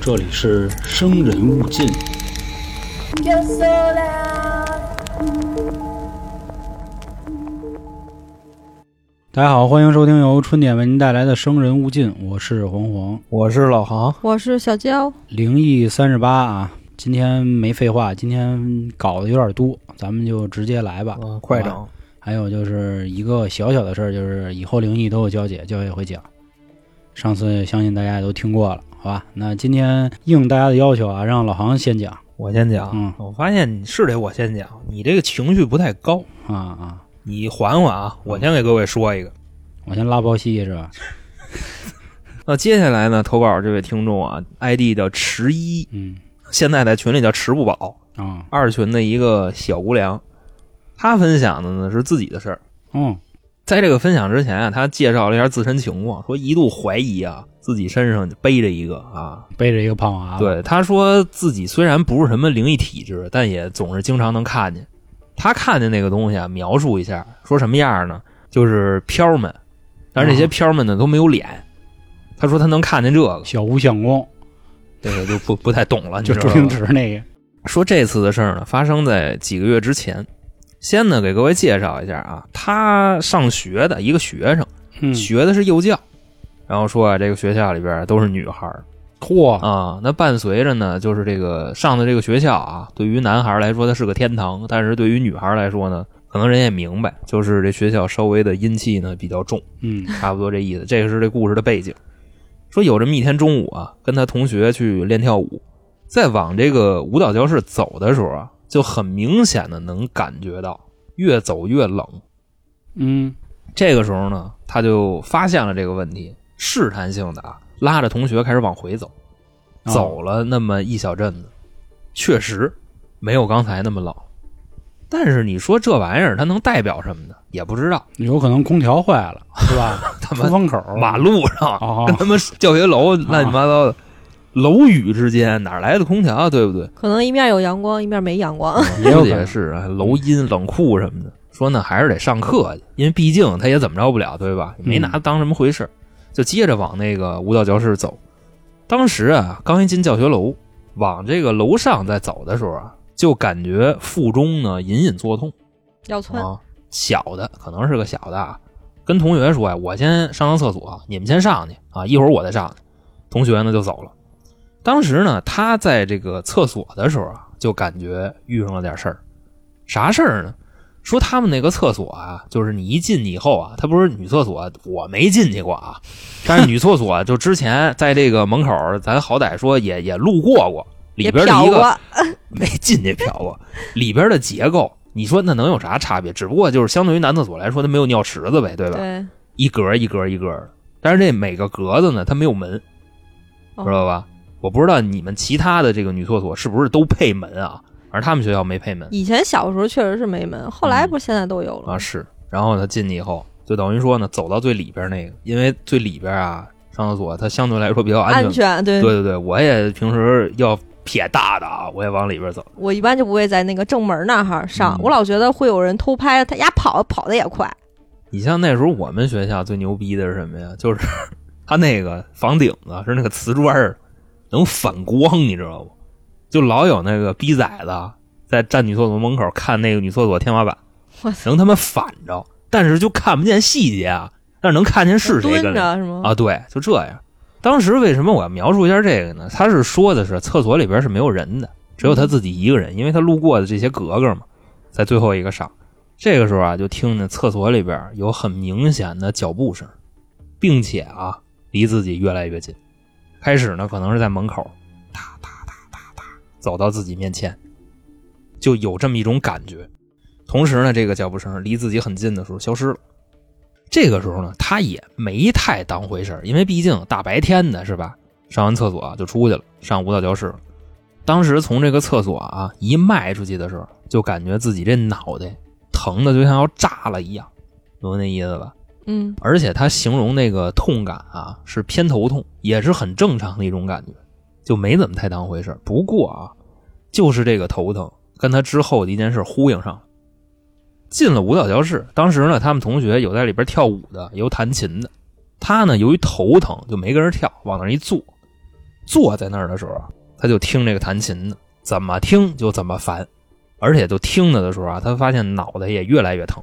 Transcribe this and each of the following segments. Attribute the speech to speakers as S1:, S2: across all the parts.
S1: 这里是《生人勿进》。
S2: Yo sola,
S1: 大家好，欢迎收听由春点为您带来的《生人勿进》，我是黄黄。
S3: 我是老航，
S4: 我是小娇，
S1: 灵异三十八啊，今天没废话，今天搞的有点多，咱们就直接来吧。啊
S3: 嗯，快整，
S1: 还有就是一个小小的事儿，就是以后灵异都有娇姐，娇姐会讲。上次相信大家也都听过了，好吧？那今天应大家的要求啊，让老航先讲
S3: 我先讲。
S1: 嗯
S3: 我发现你是得我先讲，你这个情绪不太高，
S1: 啊啊！
S3: 你缓缓啊，我先给各位说一个。
S1: 我先拉包戏是吧？
S3: 那呃接下来呢，投稿这位听众啊，ID 叫迟一，
S1: 嗯
S3: 现在在群里叫迟不保，
S1: 啊
S3: 二群的一个小无良，他分享的呢是自己的事儿。
S1: 嗯
S3: 在这个分享之前啊，他介绍了一下自身情况，说一度怀疑啊自己身上背着一个啊，
S1: 背着一个胖娃娃。
S3: 对，他说自己虽然不是什么灵异体质，但也总是经常能看见。他看见那个东西啊，描述一下，说什么样呢？就是飘儿们，但是这些飘儿们呢都没有脸。他说他能看见这个，
S1: 小吴相公
S3: 这个就不不太懂了，你
S1: 就
S3: 知
S1: 周
S3: 道
S1: 星
S3: 吗？
S1: 驰那个，
S3: 说这次的事儿呢，发生在几个月之前。先呢，给各位介绍一下啊，他上学的一个学生，
S1: 嗯，
S3: 学的是幼教，然后说啊，这个学校里边都是女孩儿，
S1: 嚯，
S3: 啊，那伴随着呢，就是这个上的这个学校啊，对于男孩来说它是个天堂，但是对于女孩来说呢，可能人也明白，就是这学校稍微的阴气呢比较重，
S1: 嗯
S3: 差不多这意思。这个是这故事的背景。说有这么一天中午啊，跟他同学去练跳舞，在往这个舞蹈教室走的时候啊，就很明显的能感觉到越走越冷。
S1: 嗯
S3: 这个时候呢，他就发现了这个问题，试探性的啊，拉着同学开始往回走。
S1: 啊
S3: 走了那么一小阵子，确实没有刚才那么冷。但是你说这玩意儿它能代表什么呢？也不知道。
S1: 有可能空调坏了是吧？
S3: 他
S1: 出
S3: 妈
S1: 风口儿
S3: 马路上、
S1: 哦啊
S3: 跟他妈教学楼乱七八糟的，楼宇之间哪来的空调啊？对不对？
S4: 可能一面有阳光，一面没阳光。
S1: 也有可
S3: 估计
S1: 能
S3: 也是啊，楼阴冷库什么的。说呢，还是得上课去，因为毕竟他也怎么着不了，对吧？没拿当什么回事儿就接着往那个舞蹈教室走。当时啊，刚一进教学楼，往这个楼上在走的时候啊，就感觉腹中呢隐隐作痛
S4: 要窜，
S3: 啊，小的可能是个小的啊。跟同学说呀、我先上趟厕所，你们先上去啊，一会儿我再上去。同学呢就走了。当时呢，他在这个厕所的时候啊，就感觉遇上了点事儿。啥事儿呢？说他们那个厕所啊，就是你一进去以后啊，它不是女厕所，我没进去过啊。但是女厕所啊就之前在这个门口，咱好歹说也也路过过，里
S4: 也
S3: 边的
S4: 瞟
S3: 一个
S4: 过，
S3: 没进去瞟过，里边的结构，你说那能有啥差别？只不过就是相对于男厕所来说，它没有尿池子呗，对吧？
S4: 对，
S3: 一格一格一格的，但是这每个格子呢，它没有门，
S4: 哦
S3: 知道吧？我不知道你们其他的这个女厕所是不是都配门啊，而他们学校没配门
S4: 以前小时候确实是没门，后来不是现在都有了
S3: 啊，
S4: 吗？
S3: 是。然后他进去以后，就等于说呢，走到最里边那个，因为最里边啊，上厕所它相对来说比较安
S4: 安
S3: 全。
S4: 全，对
S3: 对对对，我也平时要撇大的啊，我也往里边走。
S4: 我一般就不会在那个正门那哈上
S3: 嗯，
S4: 我老觉得会有人偷拍，他丫跑跑的也快，
S3: 你像那时候我们学校最牛逼的是什么呀？就是 它那个房顶子是那个瓷砖儿，能反光，你知道不？就老有那个逼崽子在站女厕所门口看那个女厕所天花板
S4: 我，操
S3: 能他妈反着，但是就看不见细节啊，但是能看见 是谁
S4: 蹲
S3: 跟
S4: 着是吗？
S3: 啊，对，就这样。当时为什么我要描述一下这个呢？他是说的是厕所里边是没有人的，只有他自己一个人，因为他路过的这些格格嘛，在最后一个上。这个时候啊，就听见厕所里边有很明显的脚步声，并且啊，离自己越来越近。开始呢，可能是在门口，哒哒哒哒哒，走到自己面前，就有这么一种感觉。同时呢，这个脚步声离自己很近的时候消失了。这个时候呢，他也没太当回事儿，因为毕竟大白天的是吧？上完厕所、就出去了，上舞蹈教室了。当时从这个厕所啊一迈出去的时候，就感觉自己这脑袋疼的就像要炸了一样，有那意思吧？
S4: 嗯，
S3: 而且他形容那个痛感啊是偏头痛，也是很正常的一种感觉，就没怎么太当回事儿。不过啊，就是这个头疼跟他之后的一件事呼应上了。进了舞蹈教室，当时呢，他们同学有在里边跳舞的，有弹琴的。他呢，由于头疼就没跟人跳，往那儿一坐。坐在那儿的时候啊，他就听这个弹琴的，怎么听就怎么烦，而且就听着的时候啊，他发现脑袋也越来越疼。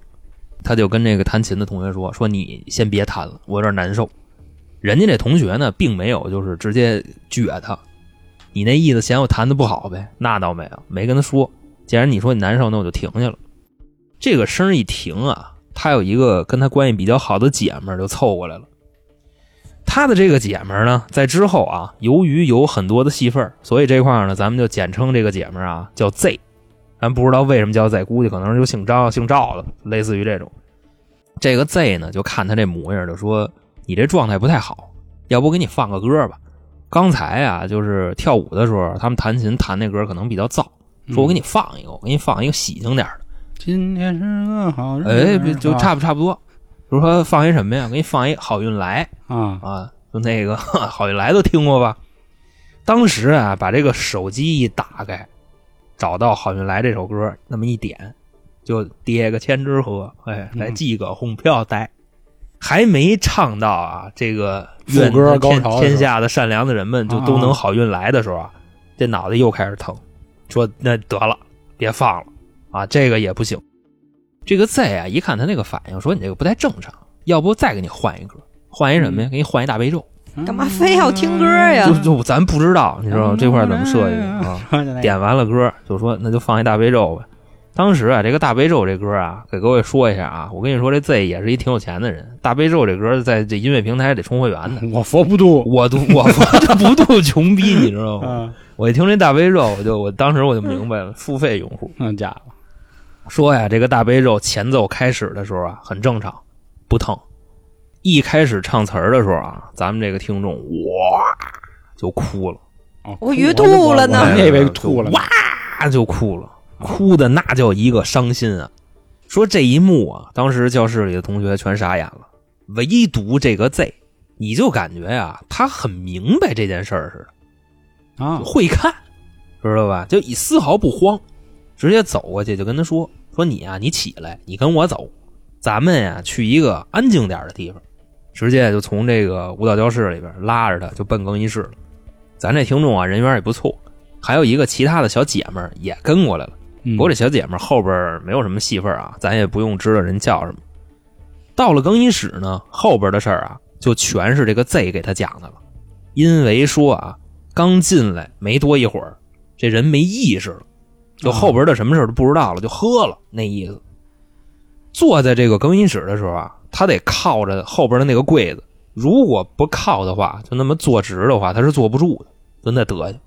S3: 他就跟这个弹琴的同学说：“说你先别弹了，我有点难受。”人家这同学呢，并没有就是直接撅他，你那意思嫌我弹的不好呗？那倒没有，没跟他说。既然你说你难受，那我就停下了。这个声儿一停啊，他有一个跟他关系比较好的姐们儿就凑过来了。他的这个姐们儿呢，在之后啊，由于有很多的戏份儿，所以这块儿呢，咱们就简称这个姐们儿啊叫 Z。咱不知道为什么叫 Z，估计可能是就姓张、姓赵的，类似于这种。这个 Z 呢，就看他这模样儿，就说你这状态不太好，要不给你放个歌吧。刚才啊，就是跳舞的时候，他们弹琴弹那歌可能比较燥，说我给你放一个，我给你放一个喜庆点儿的。
S1: 嗯今天是个好日子
S3: 哎，
S1: 啊
S3: 不就差不差不多。比如说放一什么呀？我给你放一《好运来
S1: 啊》，
S3: 啊，就那个《 好运来》都听过吧？当时啊，把这个手机一打开，找到《好运来》这首歌，那么一点，就跌个千纸鹤，哎，
S1: 嗯
S3: 来系个红飘带。还没唱到啊，这个
S1: 副
S3: 愿
S1: 歌高潮的时候啊
S3: 天天下的善良的人们就都能好运来的时候啊，这脑袋又开始疼，说那得了，别放了啊，这个也不行。这个 Z 啊，一看他那个反应，说你这个不太正常，要不再给你换一歌，换一什么呀？给你换一大悲咒，
S4: 干嘛非要听歌呀
S1: 啊
S3: 就就咱不知道，你知
S1: 嗯
S3: 道吗这块儿怎么设计的 啊？
S1: 点
S3: 点完了歌，就说那就放一大悲咒呗。当时啊，这个大悲咒这歌啊，给各位说一下啊，我跟你说，这 Z 也是一挺有钱的人，大悲咒这歌在这音乐平台得充会员的。
S1: 我佛不渡
S3: 我都我我就不度穷逼，你知道 吗？
S1: 啊，
S3: 我一听这大悲咒，我就我当时我就明白了，付费用户。
S1: 那家伙
S3: 说呀，这个大悲咒前奏开始的时候啊，很正常，不疼。一开始唱词儿的时候啊，咱们这个听众哇就哭了，
S1: 哦
S4: 我鱼吐了呢
S1: 我以
S3: 哎
S1: 为吐了呢，
S3: 啊就哭了，哭的那叫一个伤心啊！说这一幕啊，当时教室里的同学全傻眼了，唯独这个 Z，你就感觉呀、他很明白这件事儿似的。
S1: 啊，
S3: 会看，知道吧？就以丝毫不慌，直接走过去就跟他说：“说你啊，你起来，你跟我走，咱们呀、去一个安静点儿的地方。”直接就从这个舞蹈教室里边拉着他就奔更衣室了。咱这听众啊，人缘也不错，还有一个其他的小姐们儿也跟过来了。
S1: 嗯
S3: 不过这小姐们儿后边儿没有什么戏份儿啊，咱也不用知道人叫什么。到了更衣室呢，后边的事儿啊，就全是这个 Z 给他讲的了。因为说啊，刚进来没多一会儿，这人没意识了，就
S1: 啊
S3: 后边的什么事儿都不知道了，就喝了那意思。坐在这个更衣室的时候啊，他得靠着后边的那个柜子，如果不靠的话，就那么坐直的话，他是坐不住的，就那德行。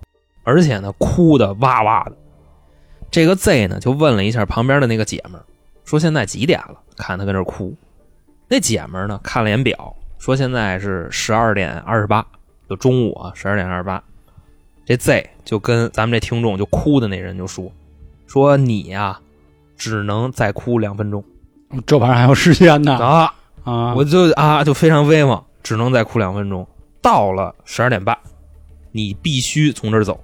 S3: 而且呢，哭的哇哇的。这个 Z 呢，就问了一下旁边的那个姐们儿，说现在几点了？看他跟这儿哭。那姐们儿呢，看了眼表，说现在是十二点二十八，就中午啊，十二点二十八。这 Z 就跟咱们这听众就哭的那人就说，说你呀、只能再哭两分钟
S1: 这玩意儿还有时间呢
S3: 啊
S1: 啊！
S3: 我就啊，就非常威猛，只能再哭两分钟。到了十二点半，你必须从这儿走。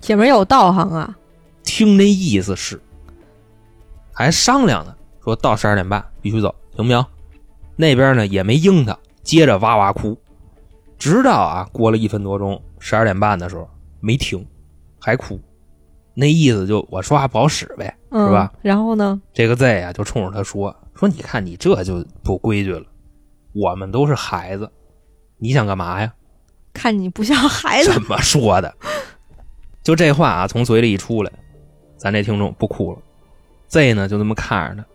S4: 姐们儿有道行啊，
S3: 听那意思是，还商量呢，说到十二点半必须走，行不行？那边呢也没应他，接着哇哇哭，直到啊过了一分多钟，十二点半的时候没停，还哭，那意思就我说话不好使呗，
S4: 嗯，
S3: 是吧？
S4: 然后呢，
S3: 这个 Z 啊，就冲着他说：“说你看你这就不规矩了，我们都是孩子，你想干嘛呀
S4: 看你不像？”孩 子
S3: 这，么说的，就这话啊，从嘴里一出来，咱这听众不哭了。Z 呢就那么看着他，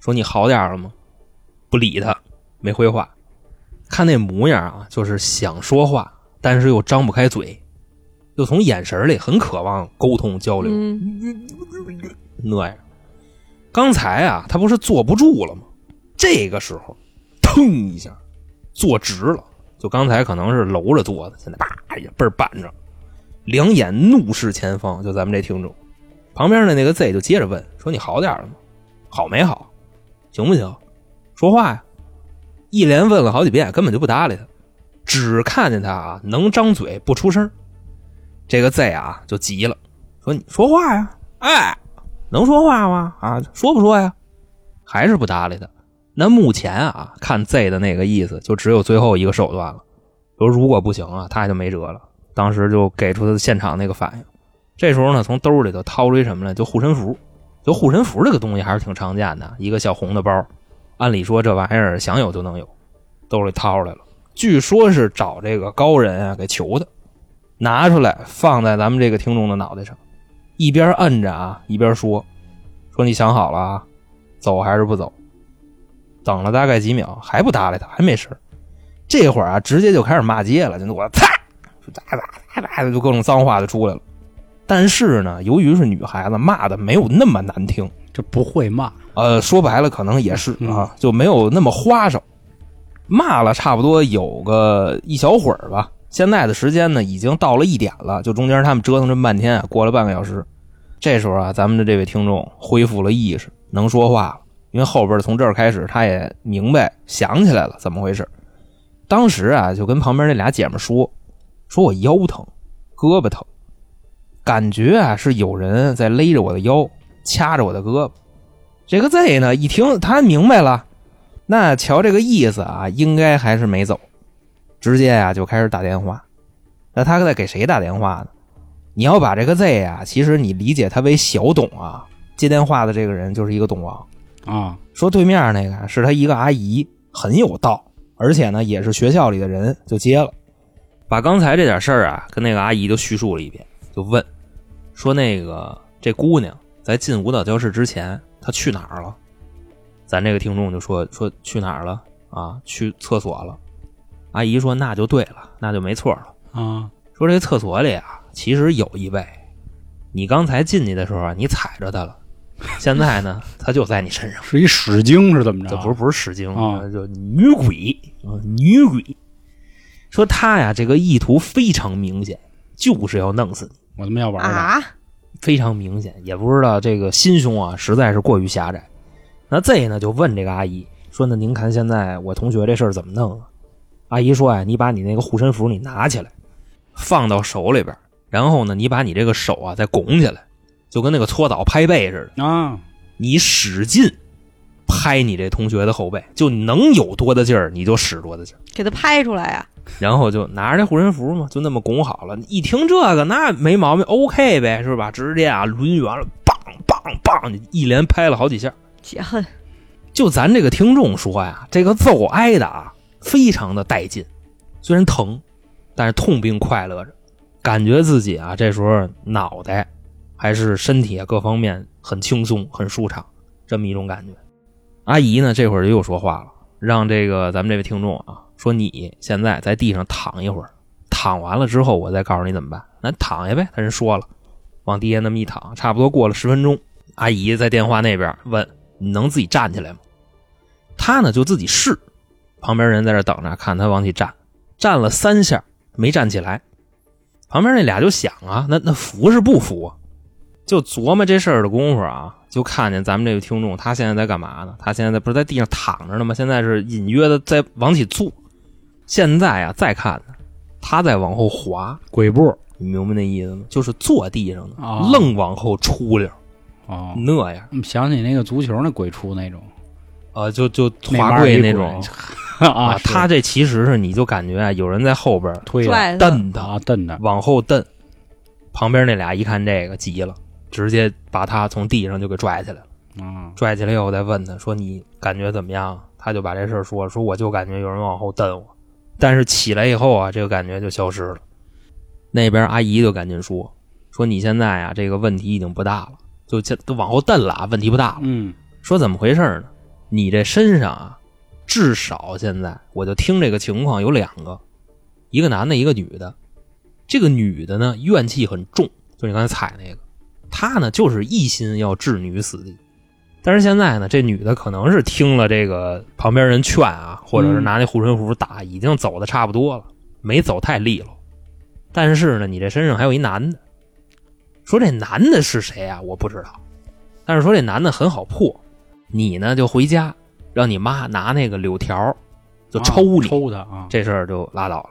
S3: 说：“你好点儿了吗？”不理他，没回话。看那模样啊，就是想说话，但是又张不开嘴，又从眼神里很渴望沟通交流。
S4: 嗯，
S3: 那样。刚才啊，他不是坐不住了吗？这个时候，腾一下，坐直了。就刚才可能是搂着坐的，现在啪一下倍儿板正，两眼怒视前方。就咱们这听众，旁边的那个 Z 就接着问说：“你好点儿了吗？好没好？行不行？说话呀！”一连问了好几遍，根本就不搭理他，只看见他啊能张嘴不出声儿。这个 Z 啊就急了，说：“你说话呀！哎，能说话吗？啊，说不说呀？还是不搭理他。那目前啊，看 Z 的那个意思，就只有最后一个手段了。说如果不行啊，他也就没辙了，当时就给出他的现场那个反应。这时候呢，从兜里头掏出一什么来，就护身符。就护身符这个东西还是挺常见的，一个小红的包，按理说这玩意儿想有就能有，兜里掏出来了。据说是找这个高人啊给求的，拿出来放在咱们这个听众的脑袋上，一边摁着啊，一边说：“说你想好了啊，走还是不走？”等了大概几秒，还不搭理他，还没事儿这会儿啊，直接就开始骂街了，就我擦，就哒哒哒哒，就各种脏话就出来了。但是呢，由于是女孩子，骂的没有那么难听，
S1: 这不会骂，
S3: 呃，说白了可能也是啊，就没有那么花哨。骂了差不多有个一小会儿吧，现在的时间呢已经到了一点了，就中间他们折腾这么半天啊，过了半个小时，这时候啊，咱们的这位听众恢复了意识，能说话了，因为后边从这儿开始他也明白想起来了怎么回事。当时啊，就跟旁边那俩姐们说，说我腰疼，胳膊疼，感觉啊是有人在勒着我的腰，掐着我的胳膊。这个 Z 呢，一听他明白了，那瞧这个意思啊，应该还是没走，直接呀、就开始打电话。那他在给谁打电话呢？你要把这个 Z 啊，其实你理解他为小董啊，接电话的这个人就是一个董王。
S1: 啊，
S3: 说对面那个啊是他一个阿姨，很有道，而且呢也是学校里的人，就接了，把刚才这点事儿啊跟那个阿姨就叙述了一遍，就问说那个这姑娘在进舞蹈教室之前她去哪儿了？咱这个听众就说说去哪儿了啊？去厕所了。阿姨说那就对了，那就没错了。
S1: 啊，
S3: 说这厕所里啊，其实有一位，你刚才进去的时候啊，你踩着她了，现在呢，她就在你身上。
S1: 是一使精是怎么着？
S3: 这不是不是使精
S1: 啊
S3: 就女鬼，啊女鬼。说她呀，这个意图非常明显，就是要弄死你，
S1: 我他妈要玩儿了，
S4: 啊，
S3: 非常明显。也不知道这个心胸啊，实在是过于狭窄。那 Z 呢，就问这个阿姨说：“那您看现在我同学这事儿怎么弄啊？”阿姨说：“哎呀，你把你那个护身符你拿起来，放到手里边儿，然后呢，你把你这个手啊再拱起来，就跟那个搓澡拍背似的。”
S1: 啊，
S3: 你使劲拍你这同学的后背，就能有多大劲儿你就使多大劲儿，
S4: 给他拍出来啊！
S3: 然后就拿着这护身符嘛，就那么拱好了。一听这个，那没毛病，OK 呗，是吧？直接啊抡圆了，梆梆梆，一连拍了好几下。
S4: 解恨
S3: 就咱这个听众说呀，这个揍挨的啊，非常的带劲，虽然疼，但是痛并快乐着，感觉自己啊这时候脑袋还是身体啊各方面很轻松、很舒畅，这么一种感觉。阿姨呢这会儿又说话了，让这个咱们这位听众啊说你现在在地上躺一会儿，躺完了之后我再告诉你怎么办。那躺下呗，他人说了，往地下那么一躺，差不多过了十分钟，阿姨在电话那边问。你能自己站起来吗？他呢就自己试，旁边人在这等着，看他往起站，站了三下没站起来。旁边那俩就想啊，那那服是不服啊？就琢磨这事儿的功夫啊，就看见咱们这个听众他现在在干嘛呢？他现在在不是在地上躺着呢吗？现在是隐约的在往起坐。现在啊，再看呢，他在往后滑，
S1: 鬼步
S3: 你明白那意思吗？就是坐地上呢，
S1: 啊
S3: 愣往后出溜
S1: 哦，
S3: 那样，
S1: 嗯想起那个足球那鬼畜那种
S3: 啊，就就
S1: 内马
S3: 滑
S1: 尔
S3: 跪
S1: 一
S3: 那
S1: 滚
S3: 种，
S1: 啊是
S3: 他这其实是你就感觉啊，有人在后边
S1: 推的
S4: 拽他，
S3: 蹬他，
S1: 啊，蹬的
S3: 往后蹬。旁边那俩一看这个急了，直接把他从地上就给拽起来了。
S1: 啊，
S3: 拽起来以后再问他说：“你感觉怎么样？”啊他就把这事儿说了，说我就感觉有人往后蹬我，但是起来以后啊，这个感觉就消失了。那边阿姨就赶紧说：“说你现在啊，这个问题已经不大了，就这都往后蹬了啊，问题不大了。”
S1: 嗯，
S3: 说怎么回事呢？你这身上啊，至少现在我就听这个情况有两个，一个男的，一个女的。这个女的呢，怨气很重，就你刚才踩那个，她呢就是一心要置女死地。但是现在呢，这女的可能是听了这个旁边人劝啊，或者是拿那护身符打，已经走的差不多了，没走太利落。但是呢，你这身上还有一男的，说这男的是谁啊？我不知道，但是说这男的很好破，你呢就回家，让你妈拿那个柳条儿就
S1: 啊
S3: 抽你，
S1: 抽他啊，
S3: 这事儿就拉倒了。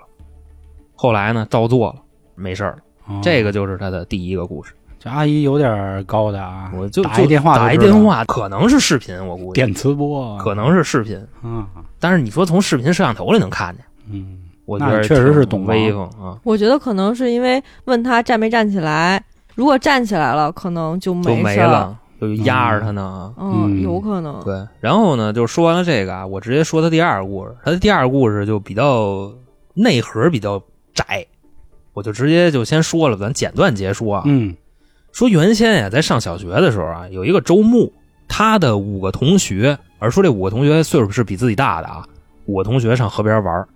S3: 后来呢，照做了，没事儿了。
S1: 啊
S3: 这个就是他的第一个故事。
S1: 这阿姨有点高的啊，
S3: 我就
S1: 打
S3: 就
S1: 一电话就
S3: 打一
S1: 知道
S3: 电话，可能是视频，我估计
S1: 电磁波啊，
S3: 可能是视频。
S1: 啊，
S3: 但是你说从视频摄像头里能看见，
S1: 嗯，
S3: 我觉
S1: 那
S3: 得
S1: 确实是
S3: 挺
S1: 懂
S3: 威风
S1: 王
S3: 啊，
S4: 我觉得可能是因为问他站没站起来，如果站起来了，可能就
S3: 就
S4: 没
S3: 没
S4: 事儿。
S3: 了，就压着他呢啊。
S1: 嗯
S4: 嗯，有可能。
S3: 对，然后呢，就说完了这个啊，我直接说他第二个故事。他的第二个故事就比较内核比较窄，我就直接就先说了，咱简短截说啊。
S1: 嗯
S3: 说原先呀，在上小学的时候啊，有一个周牧，他的五个同学，而说这五个同学岁数是比自己大的啊，五个同学上河边玩儿，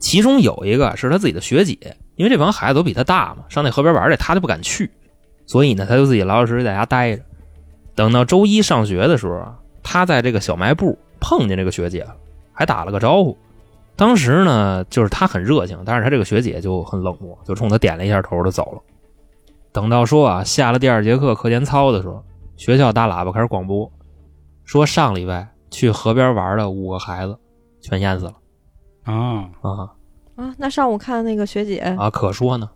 S3: 其中有一个是他自己的学姐，因为这帮孩子都比他大嘛，上那河边玩儿去，他就不敢去，所以呢，他就自己老老实实在家待着。等到周一上学的时候啊，他在这个小卖部碰见这个学姐了，还打了个招呼。当时呢，就是他很热情，但是他这个学姐就很冷漠，就冲他点了一下头就走了。等到说啊，下了第二节课课间操的时候，学校大喇叭开始广播，说上礼拜去河边玩的五个孩子全淹死了
S1: 啊，
S3: 啊
S4: 啊，那上午看那个学姐，
S3: 啊！可说呢，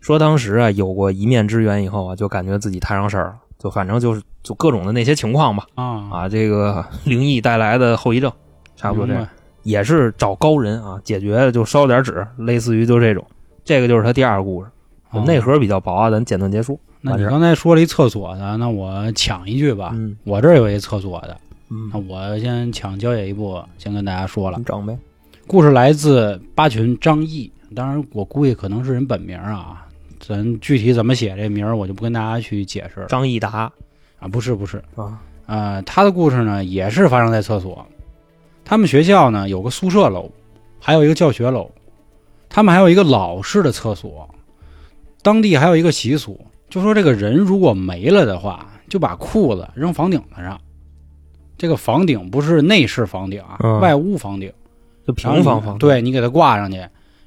S3: 说当时啊有过一面之缘以后啊，就感觉自己摊上事儿了，就反正就是就各种的那些情况吧
S1: 啊，
S3: 啊，这个 灵异带来的后遗症，差不多这样
S1: 明。白
S3: 也是找高人啊解决，就烧点纸，类似于就这种。这个就是他第二个故事，
S1: 哦
S3: 内核比较薄啊，咱简短结束。
S1: 那
S3: 完
S1: 你
S3: 事儿
S1: 刚才说了一厕所的，那我抢一句吧。
S3: 嗯
S1: 我这儿有一厕所的，那
S3: 嗯，
S1: 我先抢交野一步，先跟大家说了
S3: 你。整呗。
S1: 故事来自八群张毅，当然我估计可能是人本名啊，咱具体怎么写这名儿我就不跟大家去解释了
S3: 张益达
S1: 啊，不是不是，
S3: 啊，
S1: 呃，他的故事呢也是发生在厕所。他们学校呢有个宿舍楼，还有一个教学楼，他们还有一个老式的厕所。当地还有一个习俗，就说这个人如果没了的话，就把裤子扔房顶子上。这个房顶不是内室房顶啊，
S3: 嗯
S1: 外屋房顶，
S3: 就
S1: 然后你
S3: 平房房
S1: 对你给它挂上去，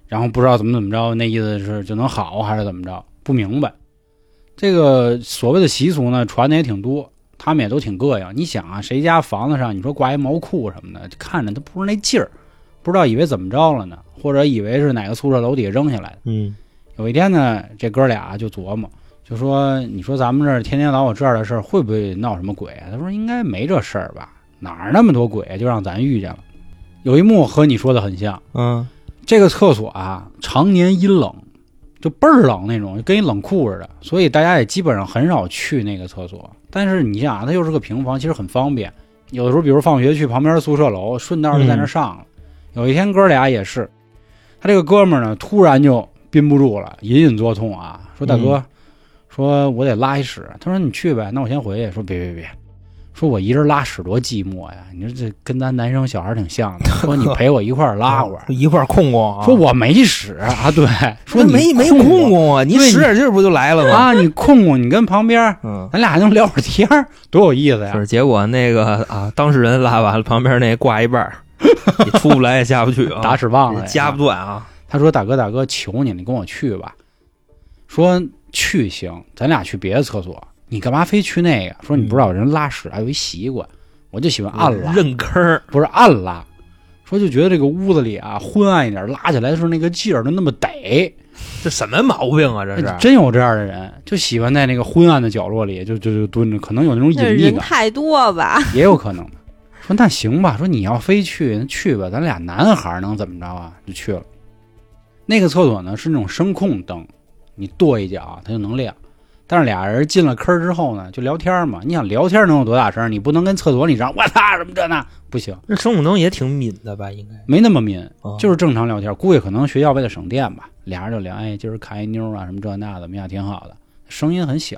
S1: 然后不知道怎么怎么着，那意思是就能好还是怎么着？不明白。这个所谓的习俗呢，传的也挺多，他们也都挺膈应。你想啊，谁家房子上你说挂一毛裤什么的，看着他不是那劲儿，不知道以为怎么着了呢，或者以为是哪个宿舍楼底下扔下来的。
S3: 嗯
S1: 有一天呢，这哥俩就琢磨，就说：“你说咱们这儿天天老有这儿的事儿，会不会闹什么鬼啊？”他说：“应该没这事儿吧，哪儿那么多鬼啊，就让咱遇见了。”有一幕和你说的很像，
S3: 嗯
S1: 这个厕所啊，常年阴冷，就倍儿冷那种，就跟一冷库似的，所以大家也基本上很少去那个厕所。但是你想啊，它又是个平房，其实很方便。有的时候，比如放学去旁边的宿舍楼，顺道就在那上了。有一天，哥俩也是，他这个哥们儿呢，突然就憋不住了，隐隐作痛啊，说大哥，说我得拉一屎。他说你去呗，那我先回去。说别别别。说我一人拉屎多寂寞呀！你说这跟咱男生小孩儿挺像的。说你陪我一块儿拉会儿，
S3: 一块儿空空啊。
S1: 说我没使啊， 对，说
S3: 那
S1: 你
S3: 没没
S1: 空
S3: 空空啊，你
S1: 对
S3: 使点劲儿不就来了吗？
S1: 啊，你空空，你跟旁边儿，
S3: 嗯，
S1: 咱俩还能聊会儿天儿，多有意思呀
S3: 是。结果那个啊，当事人拉完了，旁边那挂一 半儿，你出不来也下不去啊，
S1: 打屎棒子
S3: 夹不断啊。
S1: 他说：“大哥，大哥，求你，你跟我去吧。”说去行，咱俩去别的厕所，你干嘛非去那个？说你不知道人拉屎还有一习惯，我就喜欢暗拉，
S3: 嗯认坑儿，
S1: 不是暗拉。说就觉得这个屋子里啊昏暗一点，拉起来的时候那个劲儿就那么得，
S3: 这什么毛病啊？这是
S1: 真嗯有这样的人，就喜欢在那个昏暗的角落里就就就蹲着，可能有那种隐
S4: 那
S1: 匿
S4: 人
S1: 感。
S4: 太多吧？
S1: 也有可能。说那行吧，说你要非去，那去吧，咱俩男孩儿能怎么着啊？就去了。那个厕所呢是那种声控灯，你跺一脚它就能亮。但是俩人进了坑儿之后呢，就聊天儿嘛。你想聊天儿能有多大声儿？你不能跟厕所里嚷我操什么这那不行，
S3: 那生物灯也挺敏的吧？应该
S1: 没那么敏，
S3: 啊
S1: 就是正常聊天儿。估计可能学校为了省电吧，俩人就聊，哎，今儿看一妞儿啊，什么这那的，怎么样，挺好的。声音很小，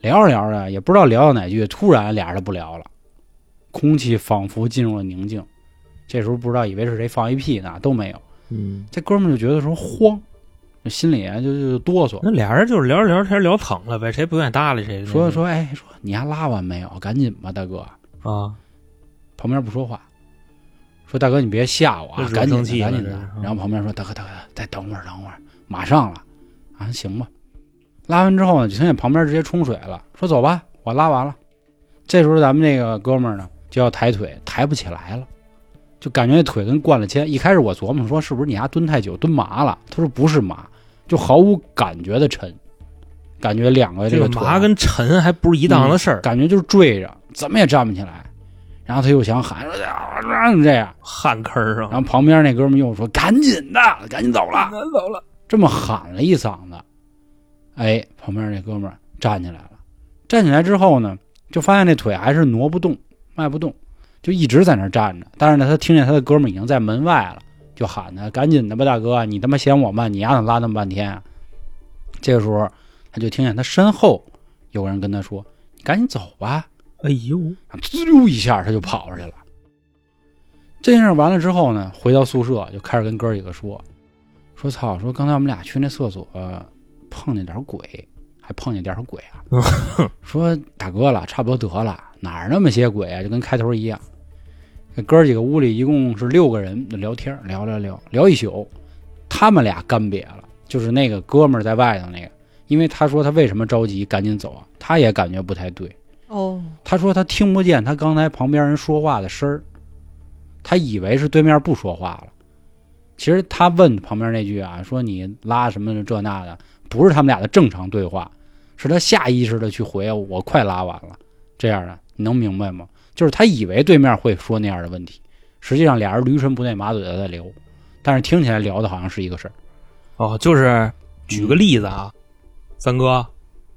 S1: 聊着聊着也不知道聊到哪句，突然俩人就不聊了，空气仿佛进入了宁静。这时候不知道以为是谁放一屁呢，都没有。
S3: 嗯，
S1: 这哥们儿就觉得说慌，就心里啊就就就哆嗦，
S3: 那俩人就是聊着聊着天聊疼了呗，谁不愿意搭理谁。
S1: 说说哎说你还拉完没有？赶紧吧，大哥。
S3: 啊，
S1: 旁边不说话，说大哥你别吓我
S3: 这
S1: 啊，
S3: 惹
S1: 赶紧
S3: 生气
S1: 的，赶
S3: 了
S1: 紧的
S3: 这是。嗯
S1: 然后旁边说大哥大哥再等会儿等会儿，马上了啊，行吧。拉完之后呢，就听见旁边直接冲水了，说走吧，我拉完了。这时候咱们这个哥们儿呢就要抬腿，抬不起来了，就感觉腿跟灌了铅。一开始我琢磨说是不是你丫蹲太久蹲麻了，他说不是麻，就毫无感觉的沉，感觉两个
S3: 这
S1: 哎个啊嗯
S3: 个
S1: 腿
S3: 麻跟沉还不是一档子事儿。
S1: 感觉就是坠着，怎么也站不起来。然后他又想喊说啊啊这样，
S3: 旱坑儿
S1: 然后旁边那哥们又说赶紧的，赶紧走了，
S3: 走了，
S1: 这么喊了一嗓子，哎，旁边那哥们儿站起来了，站起来之后呢，就发现那腿还是挪不动，迈不动，就一直在那儿站着。但是呢，他听见他的哥们儿已经在门外了，就喊他赶紧的吧，大哥，你他妈嫌我慢，你丫的拉那么半天、啊。这个时候，他就听见他身后有人跟他说：“你赶紧走吧。”
S3: 哎呦，
S1: 滋溜一下他就跑出去了。这件事完了之后呢，回到宿舍就开始跟哥儿几个说，说操，说刚才我们俩去那厕所、呃碰见点儿鬼，还碰见点儿鬼啊。说大哥了，差不多得了，哪儿那么些鬼啊？就跟开头一样。这哥儿几个屋里一共是六个人，就聊天儿聊聊聊聊一宿，他们俩干瘪了，就是那个哥们儿在外头那个，因为他说他为什么着急赶紧走啊，他也感觉不太对。
S4: 哦，
S1: 他说他听不见他刚才旁边人说话的声儿，他以为是对面不说话了。其实他问旁边那句啊，说你拉什么这那的，不是他们俩的正常对话，是他下意识的去回我快拉完了这样的，你能明白吗？就是他以为对面会说那样的问题，实际上俩人驴唇不对马嘴的在聊，但是听起来聊的好像是一个事儿。
S3: 哦，就是举
S1: 嗯
S3: 个例子啊，三哥，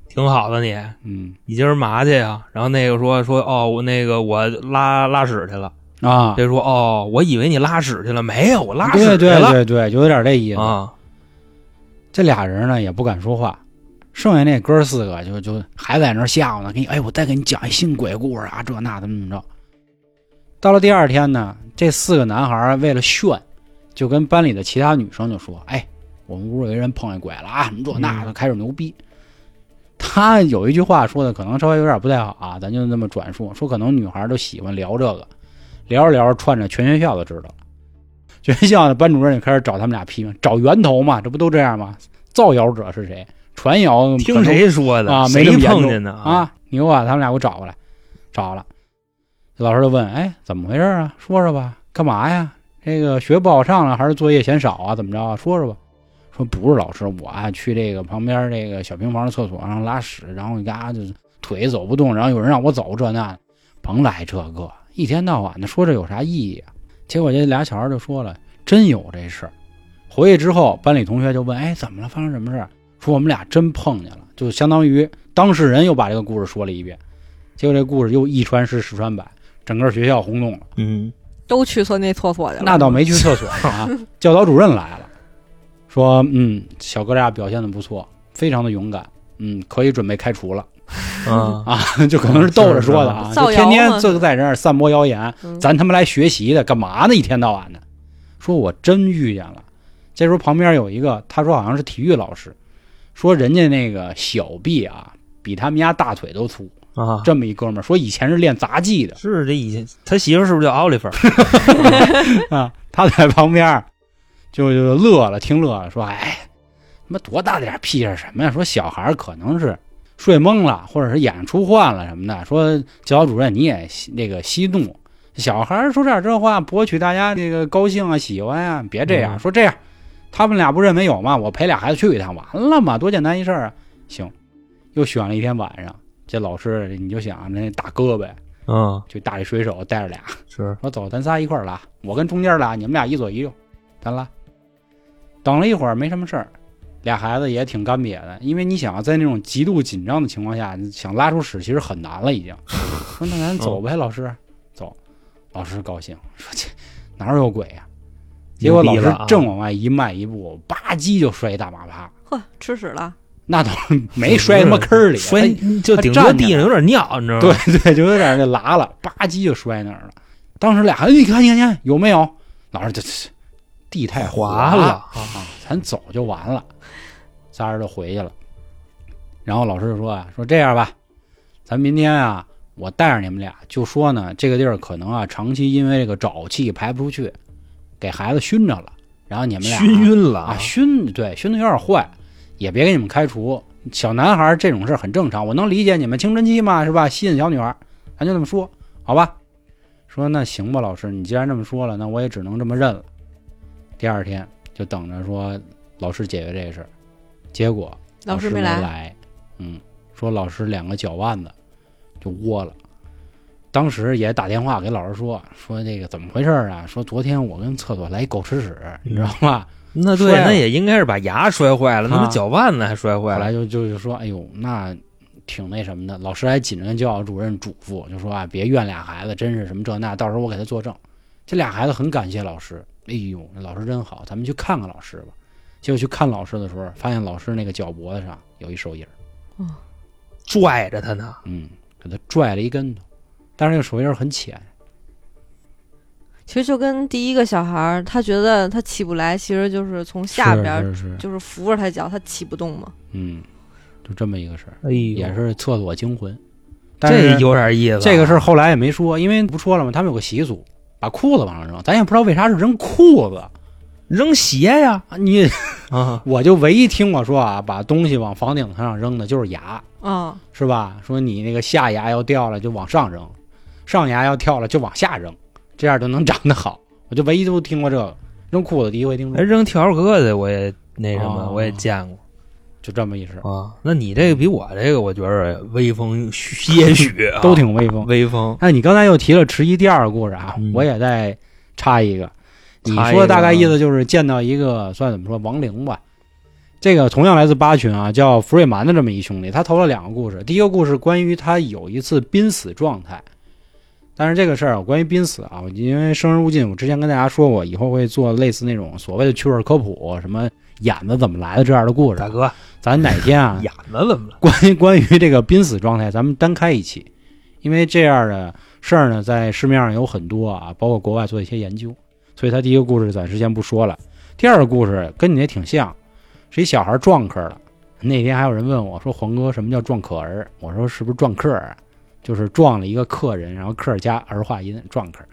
S3: 挺好的你，
S1: 嗯
S3: 你今儿嘛去呀？然后那个说说哦，我那个我拉拉屎去了。
S1: 啊，
S3: 这说哦，我以为你拉屎去了，没有，我拉屎去
S1: 对
S3: 了
S1: 对对对，就有点这意思。
S3: 啊。
S1: 这俩人呢也不敢说话，剩下那哥儿四个就就还在那儿吓唬呢，给你哎，我再给你讲一新鬼故事啊，这那怎么怎么着。到了第二天呢，这四个男孩儿为了炫，就跟班里的其他女生就说：“哎，我们屋有一人碰见鬼了啊，什么这那的，开始牛逼。”他有一句话说的可能稍微有点不太好啊，咱就那么转述，说可能女孩儿都喜欢聊这个，聊着聊着串着全学校都知道了。全校的班主任就开始找他们俩批评，找源头嘛，这不都这样吗？造谣者是谁？传谣可
S3: 听
S1: 能
S3: 谁说的
S1: 啊，没
S3: 谁
S1: 这么严
S3: 碰
S1: 重
S3: 见的？
S1: 啊！你给我把他们俩给我找过来，找了。老师就问：“哎，怎么回事啊？说说吧，干嘛呀？这个学不好上了，还是作业嫌少啊？怎么着啊？说说吧。”说不是老师，我啊去这个旁边这个小平房的厕所上拉屎，然后嘎就是腿走不动，然后有人让我走这那的，甭来这个，一天到晚的说这有啥意义啊？结果这俩小孩就说了，真有这事儿。回去之后，班里同学就问：“哎，怎么了？发生什么事儿？”说我们俩真碰见了，就相当于当事人又把这个故事说了一遍，结果这故事又一传十，十传百，整个学校轰动了。
S3: 嗯，
S4: 都去厕那厕所去了。
S1: 那倒没去厕所 啊，教导主任来了，说：“嗯，小哥俩表现的不错，非常的勇敢，嗯，可以准备开除了
S3: 啊，
S1: 啊。”就可能是逗着说的啊，
S4: 嗯是是是
S1: 就天
S4: 造
S1: 天
S4: 谣嘛
S1: 就在这儿散播谣言，
S4: 嗯
S1: 咱他妈来学习的，干嘛呢？一天到晚的，说我真遇见了。这时候旁边有一个，他说好像是体育老师，说人家那个小臂啊，比他们家大腿都粗，
S3: 啊，
S1: 这么一哥们儿，说以前是练杂技的
S3: 是这以前他媳妇是不是叫奥利弗？
S1: 啊，他在旁边儿就就乐了，听乐了，说哎，他妈多大点儿屁事儿什么呀？说小孩儿可能是。睡懵了，或者是眼出幻了什么的，说教导主任你也息那个息怒，小孩儿说点这话博取大家这个高兴啊、喜欢啊，别这样。
S3: 嗯
S1: 说这样，他们俩不认为有吗？我陪俩孩子去一趟，完了嘛，多简单一事儿啊。行，又选了一天晚上，这老师你就想那大哥呗，
S3: 嗯，
S1: 就大力水手带着俩，
S3: 是
S1: 说走，咱仨一块儿拉，我跟中间拉，你们俩一左一右，咱拉。等了一会儿没什么事儿，俩孩子也挺干瘪的，因为你想啊在那种极度紧张的情况下，你想拉出屎其实很难了，已 经。说那咱走呗，老师，走。老师高兴说这哪儿有鬼呀、结果老
S3: 牛逼
S1: 师
S3: 了啊
S1: 正往外一迈一步，吧唧就摔一大马趴，
S4: 呵，吃屎了，
S1: 那倒 没摔他妈坑儿里，
S3: 摔就
S1: 他
S3: 顶多
S1: 站
S3: 地
S1: 着
S3: 上有点尿，你知道吗？
S1: 对 对，就有点那拉了，吧唧就摔那儿了。当时俩孩子，你看你看你看有没有？老师这这地太
S3: 滑
S1: 了
S3: 了
S1: 啊，咱走就完了。仨人就回去了。然后老师就说啊，说这样吧，咱明天啊，我带着你们俩，就说呢，这个地儿可能啊，长期因为这个沼气排不出去，给孩子熏着了。然后你们俩啊
S3: 熏晕了
S1: 啊，熏对熏的有点坏，也别给你们开除。小男孩儿这种事儿很正常，我能理解你们青春期嘛，是吧？吸引小女孩儿，咱就这么说，好吧？说那行吧，老师，你既然这么说了，那我也只能这么认了。第二天就等着说老师解决这事儿，结果
S4: 老
S1: 师
S4: 师没来
S1: 来嗯，说老师两个脚腕子就窝了，当时也打电话给老师说说这个怎么回事儿啊？说昨天我跟厕所来一狗吃屎，你知道吧？
S3: 那对，
S1: 摔了
S3: 那也应该是把牙摔坏了，那
S1: 啊
S3: 么脚腕子还摔
S1: 后
S3: 坏了
S1: 来。就就就说，哎呦，那挺那什么的。老师还紧着跟教导主任嘱咐，就说啊，别怨俩孩子，真是什么这那，到时候我给他作证。这俩孩子很感谢老师，哎呦，那老师真好，咱们去看看老师吧。结果去看老师的时候，发现老师那个脚脖子上有一手印儿，
S3: 拽着他呢，
S1: 嗯，给他拽了一跟头，但是那个手印儿很浅，
S4: 其实就跟第一个小孩儿，他觉得他起不来，其实就是从下边儿
S1: 是是是，
S4: 就是扶着他脚，他起不动嘛。
S1: 嗯，就这么一个事儿，
S3: 哎呦
S1: 也是厕所惊魂。但
S3: 这
S1: 是
S3: 有点意思。啊
S1: 这个事儿后来也没说，因为不说了嘛，他们有个习俗，把裤子往上扔，咱也不知道为啥是扔裤子。
S3: 扔鞋呀
S1: 啊你
S3: 啊，
S1: 我就唯一听我说啊，把东西往房顶上扔的就是牙，
S4: 啊，
S1: 是吧？说你那个下牙要掉了就往上扔，上牙要跳了就往下扔，这样就能长得好。我就唯一都听过这个，扔裤子第一回听
S3: 哎，
S1: 说，
S3: 扔条疙瘩我也那什么，
S1: 哦
S3: 我也见过。
S1: 就这么一事儿，
S3: 啊，那你这个比我这个，我觉得威风些许、 啊，
S1: 都挺威风。
S3: 威风。
S1: 哎，你刚才又提了迟疑第二个故事啊，
S3: 嗯
S1: 我也再插一个。你
S3: 插一
S1: 说
S3: 个
S1: 的大概
S3: 啊
S1: 意思就是见到一个算怎么说亡灵吧，这个同样来自八群啊，叫福瑞蛮的这么一兄弟，他投了两个故事。第一个故事关于他有一次濒死状态，但是这个事儿啊关于濒死啊，我因为生人勿近，我之前跟大家说过，以后会做类似那种所谓的趣味科普，什么眼子怎么来的这样的故事
S3: 大。哥，
S1: 咱哪天 啊
S3: 眼子怎么了？
S1: 关于关于这个濒死状态，咱们单开一期，因为这样的事儿呢，在市面上有很多啊，包括国外做一些研究，所以他第一个故事咱之前不说了。第二个故事跟你那挺像，是一小孩撞科了。那天还有人问我说：“黄哥，什么叫撞可儿？”我说：“是不是撞客儿啊？就是撞了一个客人，然后客儿加儿化音，撞客儿，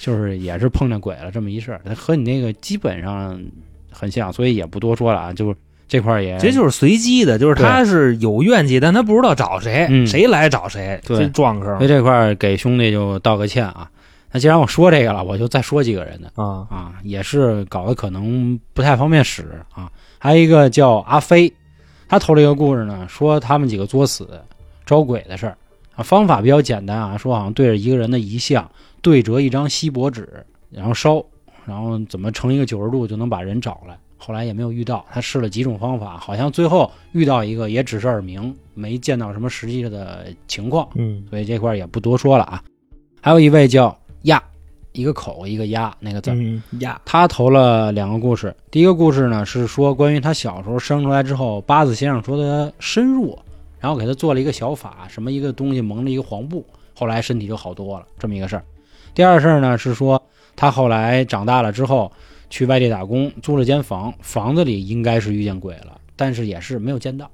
S1: 就是也是碰见鬼了这么一事儿。和你那个基本上很像，所以也不多说了啊。就是这块儿也
S3: 这就是随机的，就是他是有怨气，但他不知道找谁，
S1: 嗯
S3: 谁来找谁，
S1: 对
S3: 这撞上
S1: 所以这块儿给兄弟就道个歉啊。那既然我说这个了，我就再说几个人的
S3: 啊。
S1: 啊，也是搞得可能不太方便使啊。还有一个叫阿飞，他投了一个故事呢，说他们几个作死招鬼的事儿啊，方法比较简单啊，说好像对着一个人的遗像对折一张锡箔纸，然后烧，然后怎么成一个九十度就能把人找来。后来也没有遇到，他试了几种方法，好像最后遇到一个也只是耳鸣，没见到什么实际的情况。
S3: 嗯，
S1: 所以这块儿也不多说了啊。还有一位叫鸭，一个口一个鸭那个字儿，
S3: 嗯呀，
S1: 他投了两个故事。第一个故事呢是说关于他小时候生出来之后，八字先生说他身弱，然后给他做了一个小法，什么一个东西蒙了一个黄布，后来身体就好多了，这么一个事儿。第二事儿呢是说他后来长大了之后去外地打工，租了间房，房子里应该是遇见鬼了，但是也是没有见到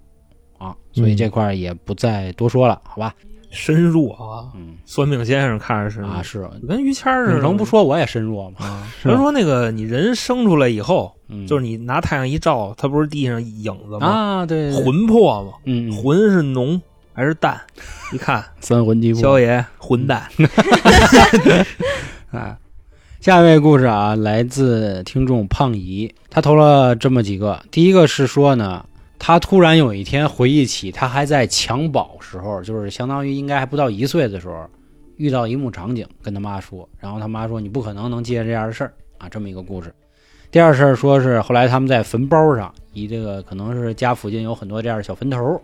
S1: 啊，所以这块儿也不再多说了，好吧？
S3: 身弱啊！
S1: 嗯
S3: 算命先生看着是
S1: 啊，是
S3: 跟于谦儿似
S1: 女
S3: 的。
S1: 成不说我也身弱嘛，
S3: 啊，人说那个你人生出来以后，
S1: 嗯
S3: 就是你拿太阳一照，它不是地上影子吗？
S1: 啊，对，对，
S3: 魂魄吗？
S1: 嗯，嗯
S3: 魂是浓还是淡？ 一看，
S1: 三魂七魄，
S3: 萧 爷混蛋。
S1: 啊。下一位故事啊，来自听众胖姨，他投了这么几个。第一个是说呢，他突然有一天回忆起他还在襁褓时候，就是相当于应该还不到一岁的时候，遇到一幕场景，跟他妈说，然后他妈说你不可能能记得这样的事儿啊，这么一个故事。第二事儿说是后来他们在坟包上，以这个可能是家附近有很多这样的小坟头，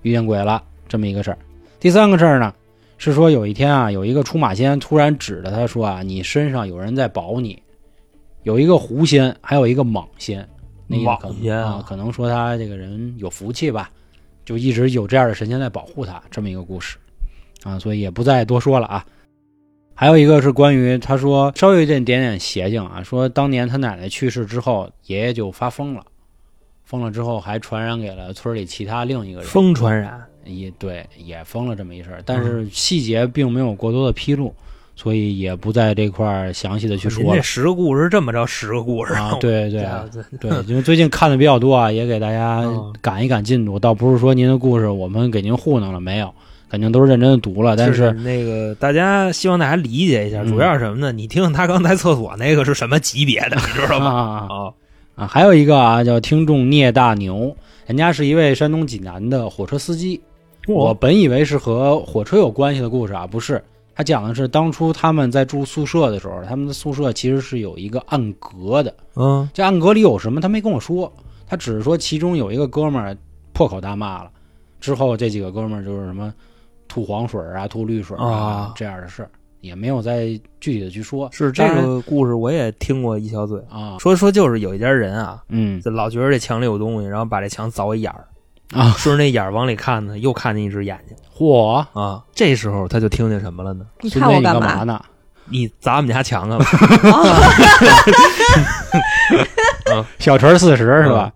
S1: 遇见鬼了这么一个事儿。第三个事儿呢，是说有一天啊，有一个出马仙突然指着他说啊，你身上有人在保你，有一个狐仙，还有一个蟒仙，那个可
S3: 蟒
S1: 能
S3: 仙啊
S1: 啊，可能说他这个人有福气吧，就一直有这样的神仙在保护他，这么一个故事啊，所以也不再多说了啊。还有一个是关于他说稍微有一点点点邪性啊，说当年他奶奶去世之后，爷爷就发疯了，疯了之后还传染给了村里其他另一个人，
S3: 嗯风传染，
S1: 也对，也疯了这么一事儿，但
S3: 嗯
S1: 是细节并没有过多的披露，所以也不在这块儿详细的去
S3: 您
S1: 说
S3: 这
S1: 了
S3: 十个故事这么着，十个故事
S1: 啊。 对对
S3: 哦家伙这
S1: 对，因为最近看的比较多啊，也给大家
S3: 嗯
S1: 赶一赶进度，倒不是说您的故事我们给您糊弄了没有，肯定都是认真的读了，但
S3: 是
S1: 是
S3: 那个大家希望大家理解一下，
S1: 嗯
S3: 主要是什么呢？你听听他刚才厕所那个是什么级别 的，你知道
S1: 啊
S3: 吗？
S1: 啊啊
S3: 啊，
S1: 啊，还有一个啊，叫听众聂大牛，人家是一位山
S3: 哦
S1: 东济南的火车司机。我本以为是和火车有关系的故事啊，不是，他讲的是当初他们在住宿舍的时候，他们的宿舍其实是有一个暗格的，
S3: 嗯
S1: 这暗格里有什么他没跟我说，他只是说其中有一个哥们儿破口大骂了，之后这几个哥们儿就是什么吐黄水啊、吐绿水
S3: 啊
S1: 这样的事儿，也没有再具体的去说
S3: 是这
S1: 当
S3: 个故事我也听过一小嘴，
S1: 啊，
S3: 说说就是有一家人啊，
S1: 嗯
S3: 就老觉得这墙里有东西，然后把这墙凿一眼儿，
S1: 啊，
S3: 顺着那眼儿往里看呢，又看见一只眼睛
S1: 嚯，
S3: 啊。这时候他就听见什么了呢？
S4: 你
S1: 孙
S4: 看
S1: 子
S4: 我
S1: 你
S4: 干
S1: 干
S4: 嘛？
S1: 呢？
S3: 你砸我们家墙啊！
S1: 小陈四
S3: 嗯
S1: 十是吧？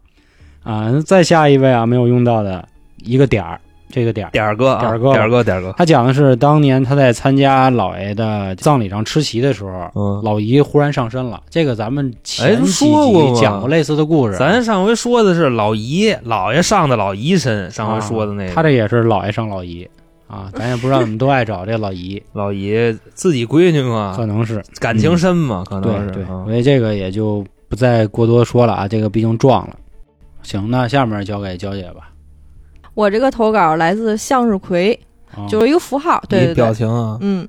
S1: 啊，再下一位啊，没有用到的一个点儿，这个点儿。
S3: 点儿哥啊，
S1: 点儿哥
S3: 点儿哥，点儿哥，
S1: 他讲的是当年他在参加姥爷的葬礼上吃席的时候，
S3: 嗯，
S1: 老姨忽然上身了。这个咱们前几
S3: 哎说过
S1: 集
S3: 吗
S1: 讲过类似的故事，
S3: 咱上回说的是老姨，姥爷上的老姨身，上回说的那
S1: 啊
S3: 个，
S1: 他这也是姥爷上老姨啊，咱也不知道怎么都爱找这老 姨，
S3: 老姨自己闺女嘛
S1: 可，能是
S3: 感情深嘛，啊可能
S1: 对
S3: 是
S1: 对，
S3: 啊
S1: 所以这个也就不再过多说了啊，这个毕竟撞了。行，那下面交给娇姐吧。
S4: 我这个投稿来自向日葵，
S1: 啊、
S4: 就是一个符号，对
S3: 你
S4: 对对，
S3: 表情啊，
S4: 嗯。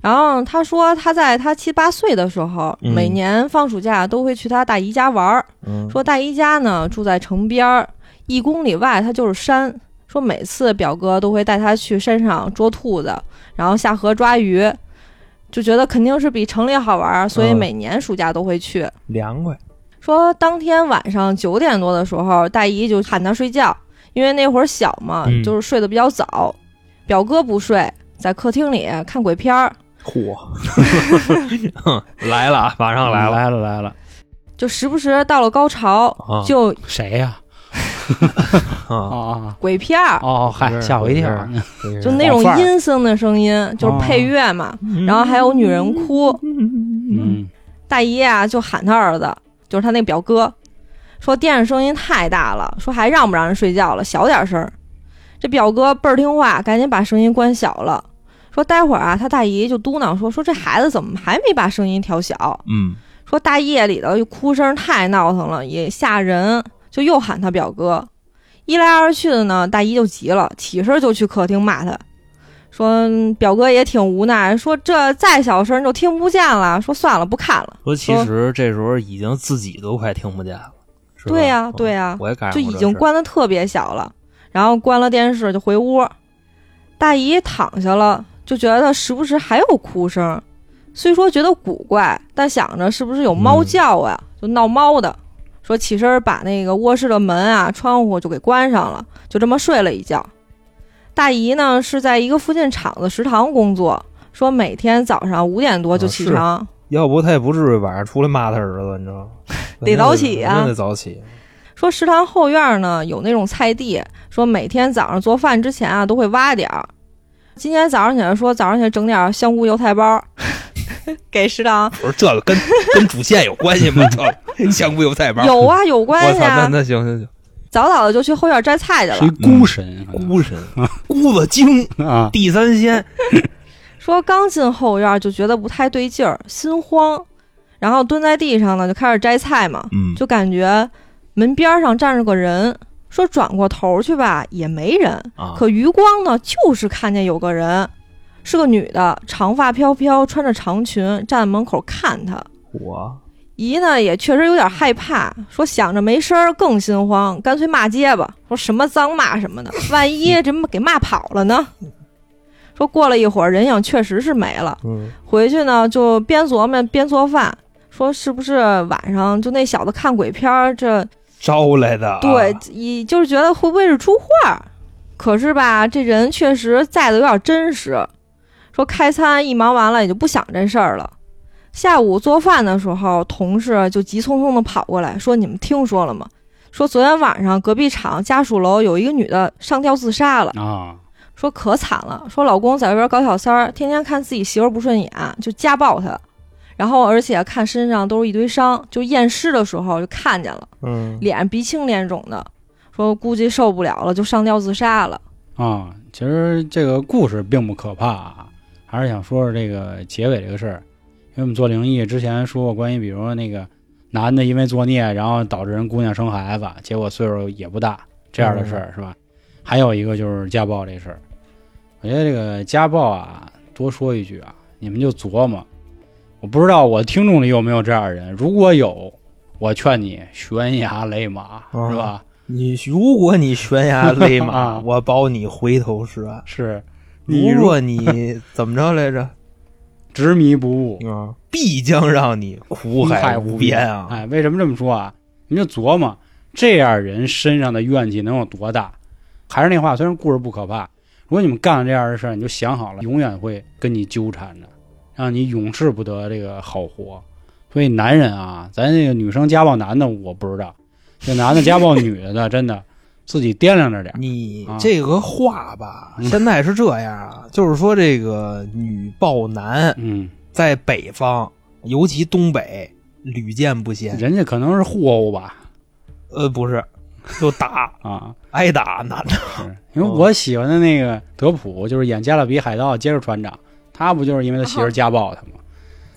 S4: 然后他说，他在他七八岁的时候，
S3: 嗯
S4: 每年放暑假都会去他大姨家玩儿。
S3: 嗯，
S4: 说大姨家呢住在城边儿，一公里外它就是山。说每次表哥都会带他去山上捉兔子，然后下河抓鱼，就觉得肯定是比城里好玩儿，所以
S3: 嗯
S4: 每年暑假都会去。
S3: 凉快，
S4: 说当天晚上九点多的时候，大姨就喊他睡觉，因为那会儿小嘛，
S3: 嗯
S4: 就是睡得比较早。表哥不睡，在客厅里看鬼片儿，
S3: 嚯， 来了，啊，马上来
S4: 嗯
S3: 了
S1: 来了来了，
S4: 就时不时到了高潮、
S3: 啊
S4: 就
S1: 谁呀、啊？
S3: 啊！
S1: 啊
S4: 鬼片儿，
S1: 哦，嗨，
S3: 是
S1: 吓我一跳
S3: 是！真是
S4: 就那种
S1: 好范儿哦
S4: 阴森的声音，就是配乐嘛。
S3: 嗯
S4: 然后还有女人哭，
S1: 嗯，
S4: 大姨啊就喊他儿子，就是他那表哥，说电视声音太大了，说还让不让人睡觉了，小点声儿。这表哥倍儿听话，赶紧把声音关小了。说待会儿啊，他大姨就嘟囔说：“说这孩子怎么还没把声音调小
S3: 嗯，？”
S4: 说大夜里头哭声太闹腾了，也吓人，就又喊他表哥。一来二去的呢，大姨就急了，起身就去客厅骂他，说嗯表哥也挺无奈，说这再小声就听不见了，说算了，不看了。
S3: 说其实这时候已经自己都快听不见了，是吧
S4: 对呀
S3: 嗯
S4: 对呀
S3: 我也赶上
S4: 就
S3: 过这
S4: 已
S3: 事儿
S4: 经关的特别小了，然后关了电视就回屋。大姨躺下了，就觉得时不时还有哭声，虽说觉得古怪，但想着是不是有
S3: 嗯
S4: 猫叫啊，就闹猫的。说起身把那个卧室的门啊、窗户就给关上了，就这么睡了一觉。大姨呢是在一个附近厂子食堂工作，说每天早上五点多就
S3: 啊
S4: 起
S3: 是
S4: 床，
S3: 要不他也不至于晚上出来骂他儿子，你知道 吗？
S4: 得早起啊
S3: 肯定得早起。
S4: 说食堂后院呢有那种菜地，说每天早上做饭之前啊都会挖点儿。今天早上起来说早上起来整点儿香菇油菜包儿 给 食堂，
S3: 我说这 个跟跟主线有关系吗？这香菇油菜包
S4: 有啊有
S3: 我
S4: 关系
S3: 操，那
S4: 啊，
S3: 那行行行，嗯
S4: 早早的就去后院摘菜去
S1: 是一
S4: 了。
S1: 孤神
S3: 孤神、孤子精、
S1: 啊，
S3: 地三鲜，
S4: 说刚进后院就觉得不太对劲儿，心慌，然后蹲在地上呢就开始摘菜嘛，
S3: 嗯
S4: 就感觉门边儿上站着个人，说转过头去吧也没人，
S3: 啊，
S4: 可余光呢，就是看见有个人，是个女的，长发飘飘，穿着长裙，站在门口看他。
S3: 我
S4: 姨呢也确实有点害怕，说想着没声儿更心慌，干脆骂街吧，说什么脏骂什么的，万一这给骂跑了呢？说过了一会儿，人影确实是没了。
S3: 嗯
S4: 回去呢就边琢磨边做饭，说是不是晚上就那小子看鬼片儿这
S3: 招来的啊，
S4: 对，一就是觉得会不会是出画儿？可是吧，这人确实在的有点真实。说开餐一忙完了，也就不想这事儿了。下午做饭的时候，同事就急匆匆的跑过来，说：“你们听说了吗？说昨天晚上隔壁厂家属楼有一个女的上吊自杀了，
S1: 啊，
S4: 说可惨了，说老公在外边搞小三儿，天天看自己媳妇儿不顺眼，就家暴她，然后而且看身上都是一堆伤，就验尸的时候就看见了。”
S3: 嗯，
S4: 脸鼻青脸肿的，说估计受不了了，就上吊自杀了。
S1: 啊，其实这个故事并不可怕啊，还是想说说这个结尾这个事儿，因为我们做灵异之前说过关于，比如说那个男的因为作孽，然后导致人姑娘生孩子，结果岁数也不大这样的
S3: 嗯
S1: 事儿、是吧？还有一个就是家暴这事儿，我觉得这个家暴啊，多说一句啊，你们就琢磨，我不知道我听众里有没有这样的人，如果有，我劝你悬崖勒马，
S3: 啊
S1: 是吧？
S3: 你如果你悬崖勒 马，
S1: 啊
S3: 我保你回头是岸；
S1: 是，你
S3: 如
S1: 若
S3: 果你怎么着来着，
S1: 执迷不悟，
S3: 啊，必将让你苦
S1: 苦
S3: 海
S1: 无
S3: 边啊！
S1: 哎，为什么这么说啊？你就琢磨这样人身上的怨气能有多大？还是那话，虽然故事不可怕，如果你们干了这样的事儿，你就想好了，永远会跟你纠缠着，让你永世不得这个好活。所以男人啊，咱这个女生家暴男的我不知道，这男的家暴女的呢，真的自己掂量着点儿。
S3: 你
S1: 啊
S3: 这个话吧，
S1: 嗯
S3: 现在是这样啊，就是说这个女暴男
S1: 嗯，
S3: 在北方，尤其东北屡见不鲜。
S1: 人家可能是互殴吧，
S3: 呃，不是，就打
S1: 啊，
S3: 挨打男的。
S1: 是因为我喜欢的那个德普，就是演《加勒比海盗》杰克船长，他不就是因为他媳妇儿家暴他吗？
S3: 啊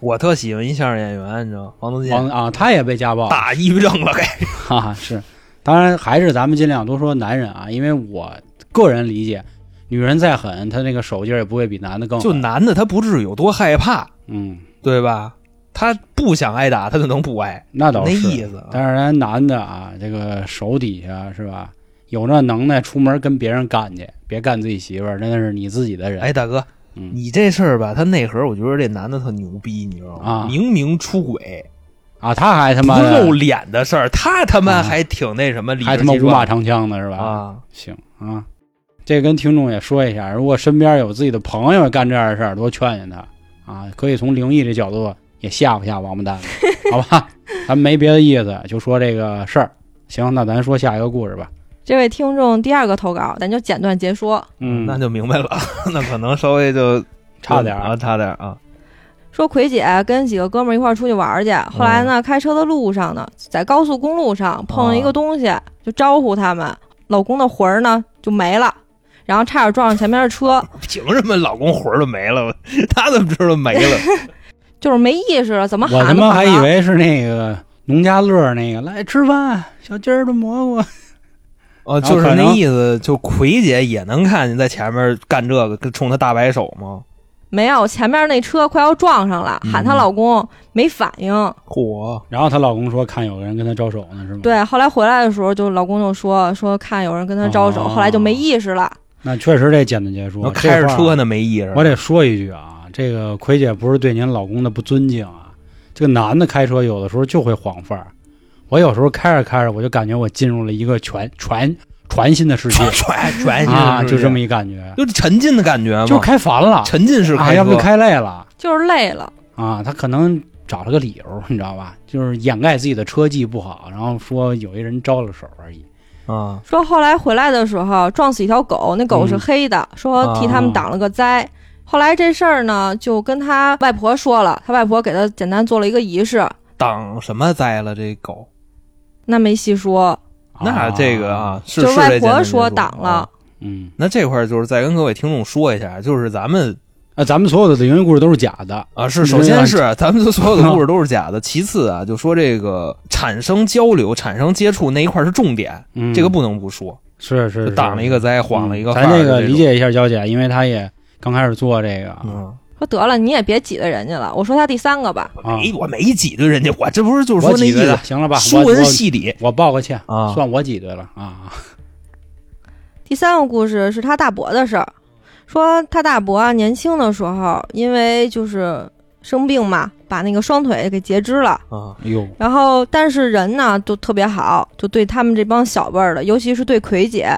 S3: 我特喜欢一相声演员，你知道吗？王自
S1: 王
S3: 健
S1: 啊，他也被家暴，
S3: 打抑郁症了，该
S1: 哈、哈，是。当然，还是咱们尽量多说男人啊，因为我个人理解，女人再狠，她那个手劲儿也不会比男的更
S3: 就
S1: 狠。
S3: 男的他不至于有多害怕，
S1: 嗯，
S3: 对吧？他不想挨打，他就能不挨，
S1: 那倒
S3: 那
S1: 是。
S3: 意思啊。
S1: 当然，男的啊，这个手底下是吧，有那能耐，出门跟别人干去，别干自己媳妇儿，那是你自己的人。
S3: 哎，大哥，
S1: 嗯
S3: 你这事儿吧，他内核，我觉得这男的特牛逼，你知道吗？
S1: 啊
S3: 明明出轨，
S1: 啊，他还他
S3: 不
S1: 妈的
S3: 露脸的事儿，他他妈
S1: 啊
S3: 还挺那什么，理
S1: 还他
S3: 直
S1: 妈
S3: 气
S1: 五马
S3: 壮
S1: 长枪的是吧？
S3: 啊！
S1: 行啊，这跟听众也说一下，如果身边有自己的朋友干这样的事儿，多劝劝他啊，可以从灵异这角度也吓唬吓王八蛋们，好吧？ 咱没别的意思，就说这个事儿。行，那咱说下一个故事吧。
S4: 这位听众第二个投稿，咱就简短截说，
S1: 嗯，
S3: 那就明白了， 那可能稍微就
S1: 差点
S3: 啊，
S1: 儿，
S3: 差点儿啊，
S4: 说葵姐跟几个哥们儿一块儿出去玩儿去，后来
S1: 哦
S4: 呢，开车的路上呢，在高速公路上碰了一个东西，就招呼他们，老公的魂儿呢就没了，然后差点撞上前面的车，
S3: 凭什么老公魂儿就没了？ 他怎么知道没了？
S4: 就是没意识了，怎么喊
S1: 我他
S4: 都
S1: 妈
S4: 喊
S1: 还
S4: 不
S1: 以
S4: 着
S1: 为是那个农家乐那个来吃饭，小鸡儿炖蘑菇。
S3: 哦，
S1: 然后
S3: 就是
S1: 可
S3: 那
S1: 能
S3: 意思，就葵姐也能看见在前面干这个，跟冲他大摆手吗？
S4: 没有，前面那车快要撞上了，喊
S1: 嗯
S4: 她老公、没反应。
S3: 嚯，
S1: 然后她老公说看有个人跟她招手呢，是吗？，
S4: 对，后来回来的时候，就老公就说说看有人跟她招手，
S1: 哦
S4: 后来就没意识了。
S1: 那确实得简短结束
S3: 然后。开着
S1: 这话
S3: 车呢没意识，
S1: 我得说一句啊，这个葵姐不是对您老公的不尊敬啊，这个男的开车有的时候就会晃范儿。我有时候开着开着，我就感觉我进入了一个全全全新的世界
S3: 传传传进
S1: 啊，
S3: 去
S1: 就这么
S3: 一
S1: 一感觉，
S3: 就是沉浸的感觉嘛，
S1: 就开烦了，
S3: 沉浸式
S1: 啊，
S3: 开
S1: 要不
S3: 车，
S1: 开累了
S4: 就是累了，
S1: 啊，他可能找了个理由，你知道吧？就是掩盖自己的车技不好，然后说有一人招了手而已。
S3: 啊，
S4: 说后来回来的时候撞死一条狗，那狗是
S1: 嗯
S4: 黑的，说替他们挡了个灾。后来这事儿呢，就跟他外婆说了，他外婆给他简单做了一个仪式，
S3: 挡什么灾了这狗？
S4: 那没细说，
S3: 那这个，啊，是
S4: 就是外
S3: 这
S4: 婆
S3: 件
S4: 说
S3: 事
S4: 挡了。
S3: 啊
S1: 嗯，
S3: 那这块儿就是再跟各位听众说一下，就是咱们
S1: 啊，咱们所有的灵异故事都是假的，
S3: 啊，是首先
S1: 嗯
S3: 是咱们的所有的故事都是假的，其次啊，就说这个产生交流、产生接触那一块儿是重点，
S1: 嗯，
S3: 这个不能不说，
S1: 是是
S3: 就是挡了一个灾，晃了一个
S1: 嗯
S3: 范
S1: 咱
S3: 儿的
S1: 这
S3: 这
S1: 个理
S3: 种，
S1: 解一下娇姐，因为她也刚开始做这个啊，
S3: 嗯，
S4: 说得了，你也别挤兑人家了。我说他第三个吧，
S1: 啊
S3: 没我没挤兑人家，我哎这不是就是
S1: 我
S3: 说那
S1: 挤
S3: 意
S1: 兑
S3: 思
S1: 了，，行了吧？
S3: 书
S1: 我
S3: 文
S1: 我
S3: 戏理
S1: 我报个歉，
S3: 啊
S1: 算我挤兑了啊。
S4: 第三个故事是他大伯的事儿，说他大伯啊年轻的时候，因为就是生病嘛，把那个双腿给截肢了。
S3: 啊，
S1: 哎呦，
S4: 然后，但是人呢都特别好，就对他们这帮小辈儿的，尤其是对葵姐。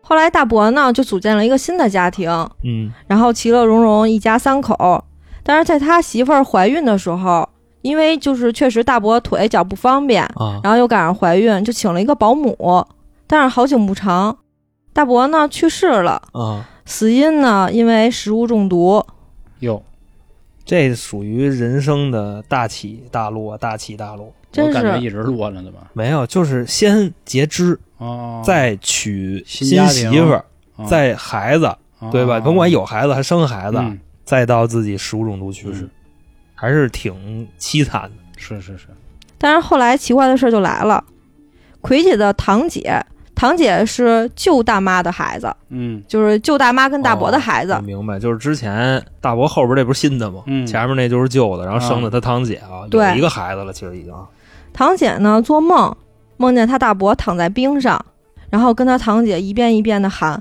S4: 后来大伯呢就组建了一个新的家庭，
S3: 嗯，
S4: 然后其乐融融，一家三口。但是在他媳妇儿怀孕的时候，因为就是确实大伯腿脚不方便，
S3: 啊，
S4: 然后又赶上怀孕，就请了一个保姆。但是好景不长，大伯呢去世了，
S3: 啊，
S4: 死因呢因为食物中毒。
S1: 哟，
S3: 这属于人生的大起大落，大起大落。
S1: 我
S4: 真
S1: 感觉一直
S4: 是
S1: 落着呢吧？
S3: 没有，就是先截肢，
S1: 哦，
S3: 再娶
S1: 新家
S3: 媳
S1: 庭
S3: 妇儿，
S1: 啊
S3: 再孩子，对吧？
S1: 啊
S3: 甭管有孩子还生孩子，啊
S1: 嗯
S3: 再到自己食物中毒去世，
S1: 嗯
S3: 还是挺凄惨的。
S1: 是是是，
S4: 但是后来奇怪的事儿就来了，葵姐的堂姐堂姐是舅大妈的孩子，
S1: 嗯
S4: 就是舅大妈跟大伯的孩子。
S3: 我明白，就是之前大伯后边这不是新的吗？
S1: 嗯
S3: 前面那就是旧的，然后生的
S1: 啊
S3: 他堂姐啊，
S4: 对
S3: 有一个孩子了，其实已经啊
S4: 堂姐呢做梦，梦见她大伯躺在冰上，然后跟她堂姐一遍一遍的喊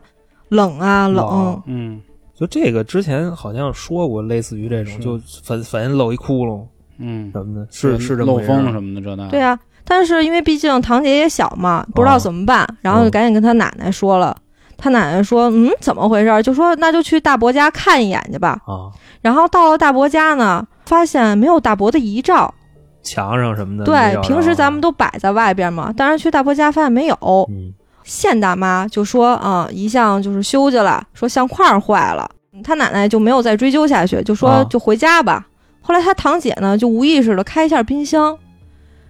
S4: 冷啊冷，
S3: 哦
S1: 嗯
S3: 就这个之前好像说过，类似于这种，
S1: 是
S3: 就坟坟漏一窟窿
S1: 嗯，
S3: 什么的，是是这么
S1: 漏
S3: 回事儿
S1: 风什么的，这那
S4: 对啊，但是因为毕竟堂姐也小嘛，不知道怎么办，然后就赶紧跟她奶奶说了。她奶奶说：“嗯，怎么回事儿？”就说那就去大伯家看一眼去吧。
S3: 啊，
S4: 然后到了大伯家呢，发现没有大伯的遗照。
S3: 墙上什么的。那
S4: 对
S3: 叫，
S4: 平时咱们都摆在外边嘛，但是去大伯家发现没有。
S3: 嗯
S4: 县大妈就说：“啊、一向就是修去了，说相框儿坏了。”她奶奶就没有再追究下去，就说
S3: 啊
S4: 就回家吧。后来她堂姐呢，就无意识的开一下冰箱，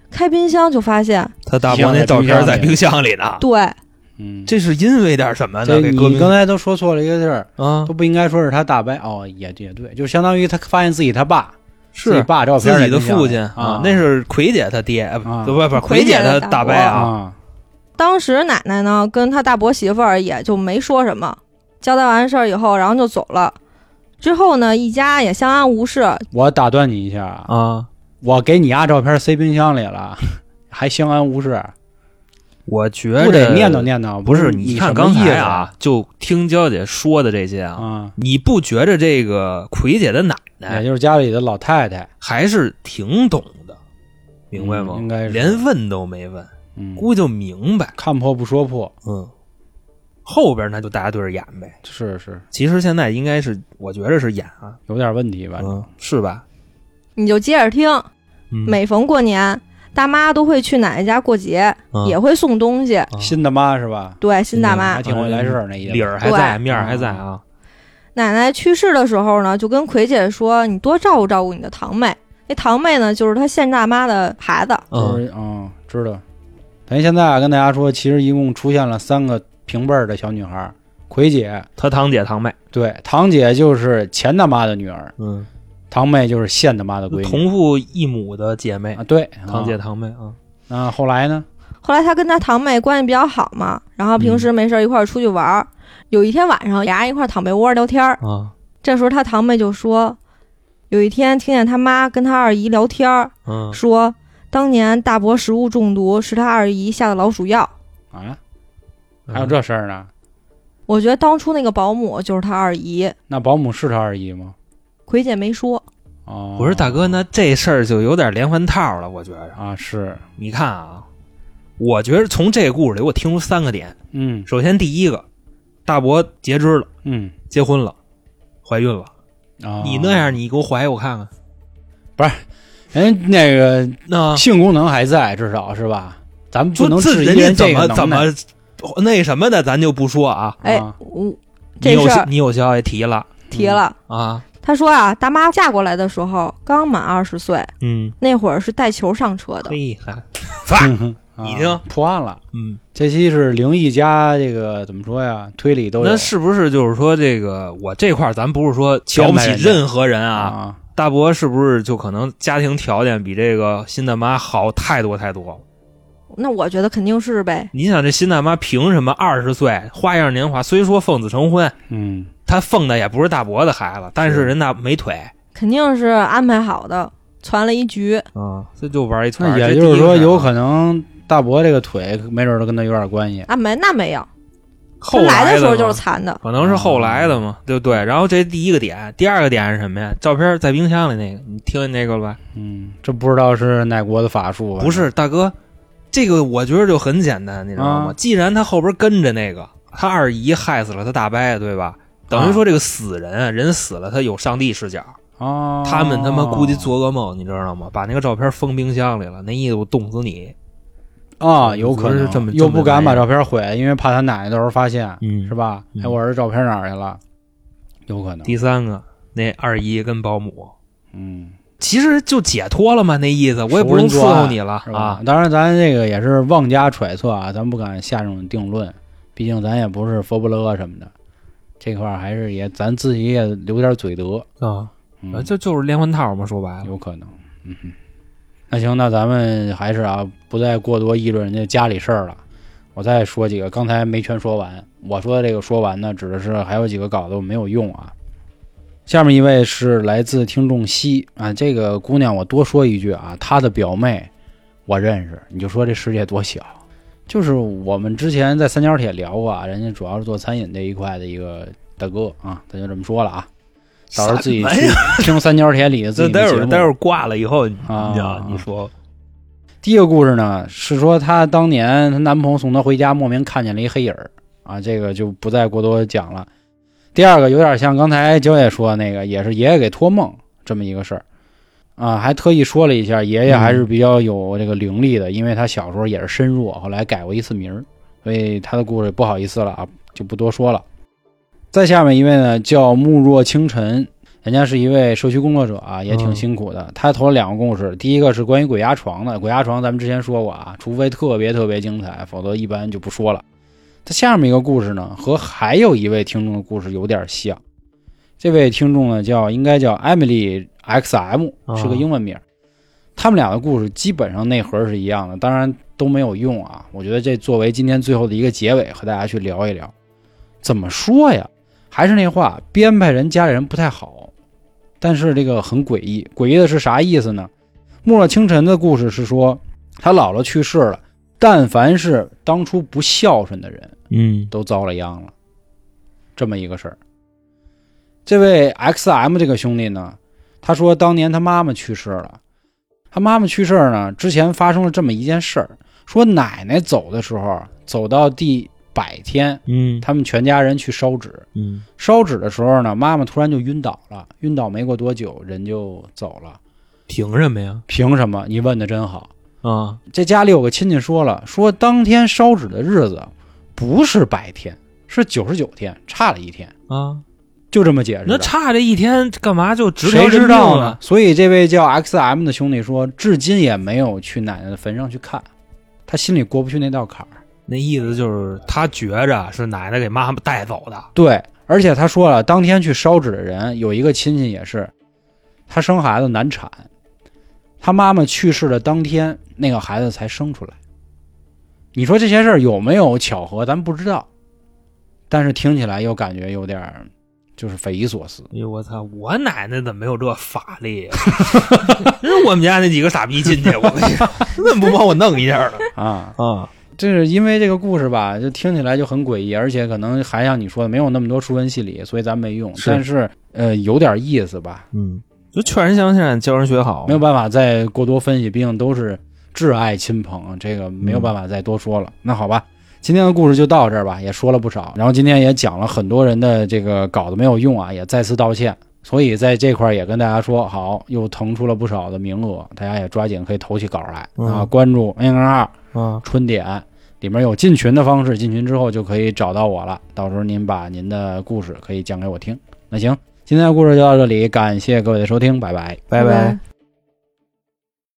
S4: 开冰箱就发现，
S3: 他大伯那照片在冰箱里呢，
S4: 对，
S1: 嗯，
S3: 这是因为点什么呢？
S1: 这
S3: 给哥
S1: 你刚才都说错了一个字儿，
S3: 啊
S1: 都，不应该说是他大伯哦，也也对，就相当于他发现自己他爸自己
S3: 是
S1: 爸照片
S3: 自
S1: 在
S3: 己的
S1: 冰箱
S3: 父
S1: 里
S3: 亲
S1: 啊，
S3: 那是奎姐她爹，呃
S1: 啊
S3: 不不不，奎
S4: 奎姐
S3: 姐她
S4: 的
S3: 大伯
S4: 大
S3: 啊，
S1: 啊，
S4: 当时奶奶呢跟她大伯媳妇儿也就没说什么，交代完事儿以后，然后就走了。之后呢，一家也相安无事。
S1: 我打断你一下啊，
S3: 啊，
S1: 我给你丫照片塞冰箱里了， 还相安无事，
S3: 我觉
S1: 不得念叨念叨？
S3: 不是，
S1: 你
S3: 看
S1: 什么
S3: 刚
S1: 意思
S3: 才啊，就听娇姐说的这些啊，
S1: 啊，哎
S3: 你不觉着这个奎姐的奶
S1: 也
S3: 奶
S1: 就是家里的老太太，
S3: 还是挺懂的，明白吗？
S1: 嗯应该是
S3: 连问都没问，
S1: 嗯，
S3: 估计就明白。
S1: 看破不说破，
S3: 嗯，后边那就大家对着演呗。
S1: 是是
S3: 其实现在应该是，我觉着是演啊，
S1: 有点问题吧？
S3: 嗯，是吧？
S4: 你就接着听，
S3: 嗯
S4: 每逢过年，大妈都会去奶奶家过节，
S3: 嗯
S4: 也会送东西。
S3: 啊
S1: 新的妈是吧？
S4: 对，新大
S1: 还
S4: 妈
S1: 挺会来事儿那意思，
S3: 理儿啊还在，面儿还在啊。
S4: 奶奶去世的时候呢，就跟奎姐说：“你多照顾照顾你的堂妹。”那堂妹呢，就是她现大妈的孩子。
S1: 就
S3: 嗯，
S1: 是嗯，知道。咱现在啊跟大家说，其实一共出现了三个平辈儿的小女孩儿，奎姐，
S3: 他堂姐堂妹，
S1: 对，堂姐就是钱大妈的女儿，
S3: 嗯，
S1: 堂妹就是现大妈的闺女，
S3: 同父异母的姐妹
S1: 啊，，对，
S3: 堂姐
S1: 啊。
S3: 堂妹啊，
S1: 那后来呢？
S4: 后来她跟她堂妹关系比较好嘛，然后平时没事儿一块儿出去玩儿。有一天晚上，俩人一块儿躺被窝儿聊天儿，
S3: 啊，
S4: 这时候他堂妹就说，有一天听见他妈跟他二姨聊天儿，
S3: 嗯，
S4: 说当年大伯食物中毒是他二姨下的老鼠药。
S1: 啊，还有这事儿呢？
S4: 我觉得当初那个保姆就是他二姨，
S1: 那保姆是她二姨吗？
S4: 奎姐没说。
S1: 哦，
S3: 不是大哥，那这事儿就有点连环套了，我觉着。
S1: 啊，是，
S3: 你看啊，我觉得从这个故事里，我听出三个点。
S1: 嗯
S3: 首先，第一个，大伯截肢了，
S1: 嗯
S3: 结婚了，怀孕了。
S1: 啊，
S3: 你那样，你给我怀我看看。
S1: 人哎那个
S3: 那
S1: 性功能还在，至少是吧？咱们不能
S3: 啊自
S1: 质疑
S3: 人家怎
S1: 这个
S3: 么
S1: 能
S3: 怎
S1: 耐
S3: 么那什么的，咱就不说啊。
S4: 哎
S1: 啊，
S4: 我
S3: 你
S4: 这
S3: 有
S4: 事儿
S3: 你有消息提了
S4: 提了。
S3: 啊？
S4: 他说啊，大妈嫁过来的时候刚满二十岁，
S3: 嗯，
S4: 那会儿是带球上车的。
S3: 嘿，还哎
S1: 嗯 啊
S3: 已经
S1: 破案了。
S3: 嗯，
S1: 这期是灵异加这个怎么说呀？推理都有
S3: 那是不是就是说这个我这块儿咱不是
S1: 嗯
S3: 说瞧不起任何人啊？
S1: 啊，
S3: 大伯是不是就可能家庭条件比这个新大妈好太多太多了？
S4: 那我觉得肯定是呗。
S3: 你想这新大妈凭什么二十岁花样年华？虽说奉子成婚，
S1: 嗯，
S3: 她奉的也不是大伯的孩子，但是人大没腿
S4: 肯定是安排好的，传了一局。
S3: 啊，这就玩一圈
S1: 嗯那
S3: 儿。
S1: 也就
S3: 这
S1: 是
S3: 第一
S1: 说，
S3: 个事儿
S1: 有可能大伯这个腿没准儿都跟他有点关系。
S4: 啊，没那没有，
S3: 后
S4: 他来
S3: 的
S4: 的时候就是
S3: 嘛
S4: 残的。
S3: 可能是后来的
S1: 嗯
S3: 嘛，对不对？然后这第一个点，第二个点是什么呀？照片在冰箱里那个，你听见那个了吧？
S1: 嗯，这不知道是哪国的法术吧？啊
S3: 不是，大哥，这个我觉得就很简单，你知道吗？
S1: 啊
S3: 既然他后边跟着那个他二姨害死了他大伯，对吧？
S1: 啊
S3: 等于说这个死人，啊人死了，他有上帝视角。
S1: 哦，
S3: 他们他妈估计做噩梦，你知道吗？把那个照片封冰箱里了，那意思我冻死你。
S1: 啊，有可
S3: 是
S1: 能
S3: 这么
S1: 又不敢把
S3: 这
S1: 照
S3: 么
S1: 片毁，因为怕他奶奶到时候发现，
S3: 嗯
S1: 是吧？
S3: 嗯
S1: 哎，我儿子照片哪儿去了？有可能，
S3: 第三个，那二姨跟保姆，
S1: 嗯，
S3: 其实就解脱了嘛，那意思我也不用伺候你了
S1: 是吧
S3: 啊？。
S1: 当然，咱这个也是妄加揣测啊，咱不敢下这种定论，毕竟咱也不是佛不勒什么的，这块儿还是也咱自己也留点嘴德，
S3: 啊，
S1: 嗯，
S3: 这就是连环套嘛，说白了。
S1: 有可能，嗯哼。那行，那咱们还是啊，不再过多议论人家家里事儿了。我再说几个，刚才没全说完。我说的这个说完呢，指的是还有几个稿子我没有用啊。下面一位是来自听众西啊，这个姑娘我多说一句啊，她的表妹我认识，你就说这世界多小。就是我们之前在三角铁聊过啊，人家主要是做餐饮这一块的一个大哥啊，咱就这么说了啊。到时候自己
S3: 什么
S1: 去听三角铁里的自
S3: 这
S1: 己的
S3: 待
S1: 节
S3: 会
S1: 目
S3: 儿待会儿挂了以后，你
S1: 啊
S3: 知道你说
S1: 第一个故事呢是说，她当年她男朋友送她回家，莫名看见了一黑影儿啊，这个就不再过多讲了。第二个有点像刚才九姐说的那个，也是爷爷给托梦这么一个事儿啊，还特意说了一下，爷爷还是比较有这个灵力的，因为他小时候也是身弱，后来改过一次名儿，所以他的故事不好意思了啊，就不多说了。再下面一位呢叫慕若清晨，人家是一位社区工作者啊，也挺
S3: 嗯
S1: 辛苦的。他投了两个故事，第一个是关于鬼压床的，鬼压床咱们之前说过啊，除非特别特别精彩，否则一般就不说了。他下面一个故事呢，和还有一位听众的故事有点像。这位听众呢叫应该叫 Emily XM，
S3: 啊
S1: 是个英文名儿。他们俩的故事基本上内核是一样的，当然都没有用啊。我觉得这作为今天最后的一个结尾，和大家去聊一聊。怎么说呀？还是那话，编排人家里人不太好，但是这个很诡异。诡异的是啥意思呢？《暮若清晨》的故事是说，他姥姥去世了，但凡是当初不孝顺的人，
S3: 嗯
S1: 都遭了殃了，这么一个事儿。这位 X M 这个兄弟呢，他说当年他妈妈去世了，他妈妈去世呢之前发生了这么一件事儿，说奶奶走的时候，走到第百天，
S3: 嗯
S1: 他们全家人去烧纸，
S3: 嗯
S1: 烧纸的时候呢，妈妈突然就晕倒了，晕倒没过多久人就走了，
S3: 凭什么呀？
S1: 凭什么？你问的真好。
S3: 啊，
S1: 这家里有个亲戚说了，说当天烧纸的日子不是百天，是九十九天，差了一天，
S3: 啊，
S1: 就这么解释的。
S3: 那差这一天干嘛就直
S1: 谁
S3: 条
S1: 知
S3: 知
S1: 道
S3: 道
S1: 呢？？所以这位叫 X M 的兄弟说，至今也没有去奶奶的坟上去看，他心里过不去那道坎儿。
S3: 那意思就是他觉着是奶奶给妈妈带走的。
S1: 对，而且他说了，当天去烧纸的人有一个亲戚也是，他生孩子难产，他妈妈去世的当天，那个孩子才生出来。你说这些事儿有没有巧合？咱不知道，但是听起来又感觉有点儿就是匪夷所思。
S3: 哎呦我操！我奶奶怎么没有这法力、啊？是我们家 那几个傻逼亲戚，我跟你说，
S5: 怎么不帮我弄一下呢？
S1: 啊，
S5: 啊，
S1: 这是因为这个故事吧，就听起来就很诡异，而且可能还像你说的，没有那么多书文戏理，所以咱没用。
S5: 是
S1: 但是呃，有点意思吧，
S5: 嗯，就劝人向善，教人学好。
S1: 没有办法再过多分析，毕竟都是挚爱亲朋，这个没有办法再多说了。那好吧，今天的故事就到这儿吧，也说了不少，然后今天也讲了很多人的这个稿子没有用啊，也再次道歉。所以在这块儿也跟大家说，好，又腾出了不少的名额，大家也抓紧可以投起稿来、
S5: 嗯
S1: 啊！关注 N R 二
S5: 啊，
S1: 春点，里面有进群的方式，进群之后就可以找到我了。到时候您把您的故事可以讲给我听。那行，今天的故事就到这里，感谢各位的收听，拜拜。
S5: 拜
S4: 拜。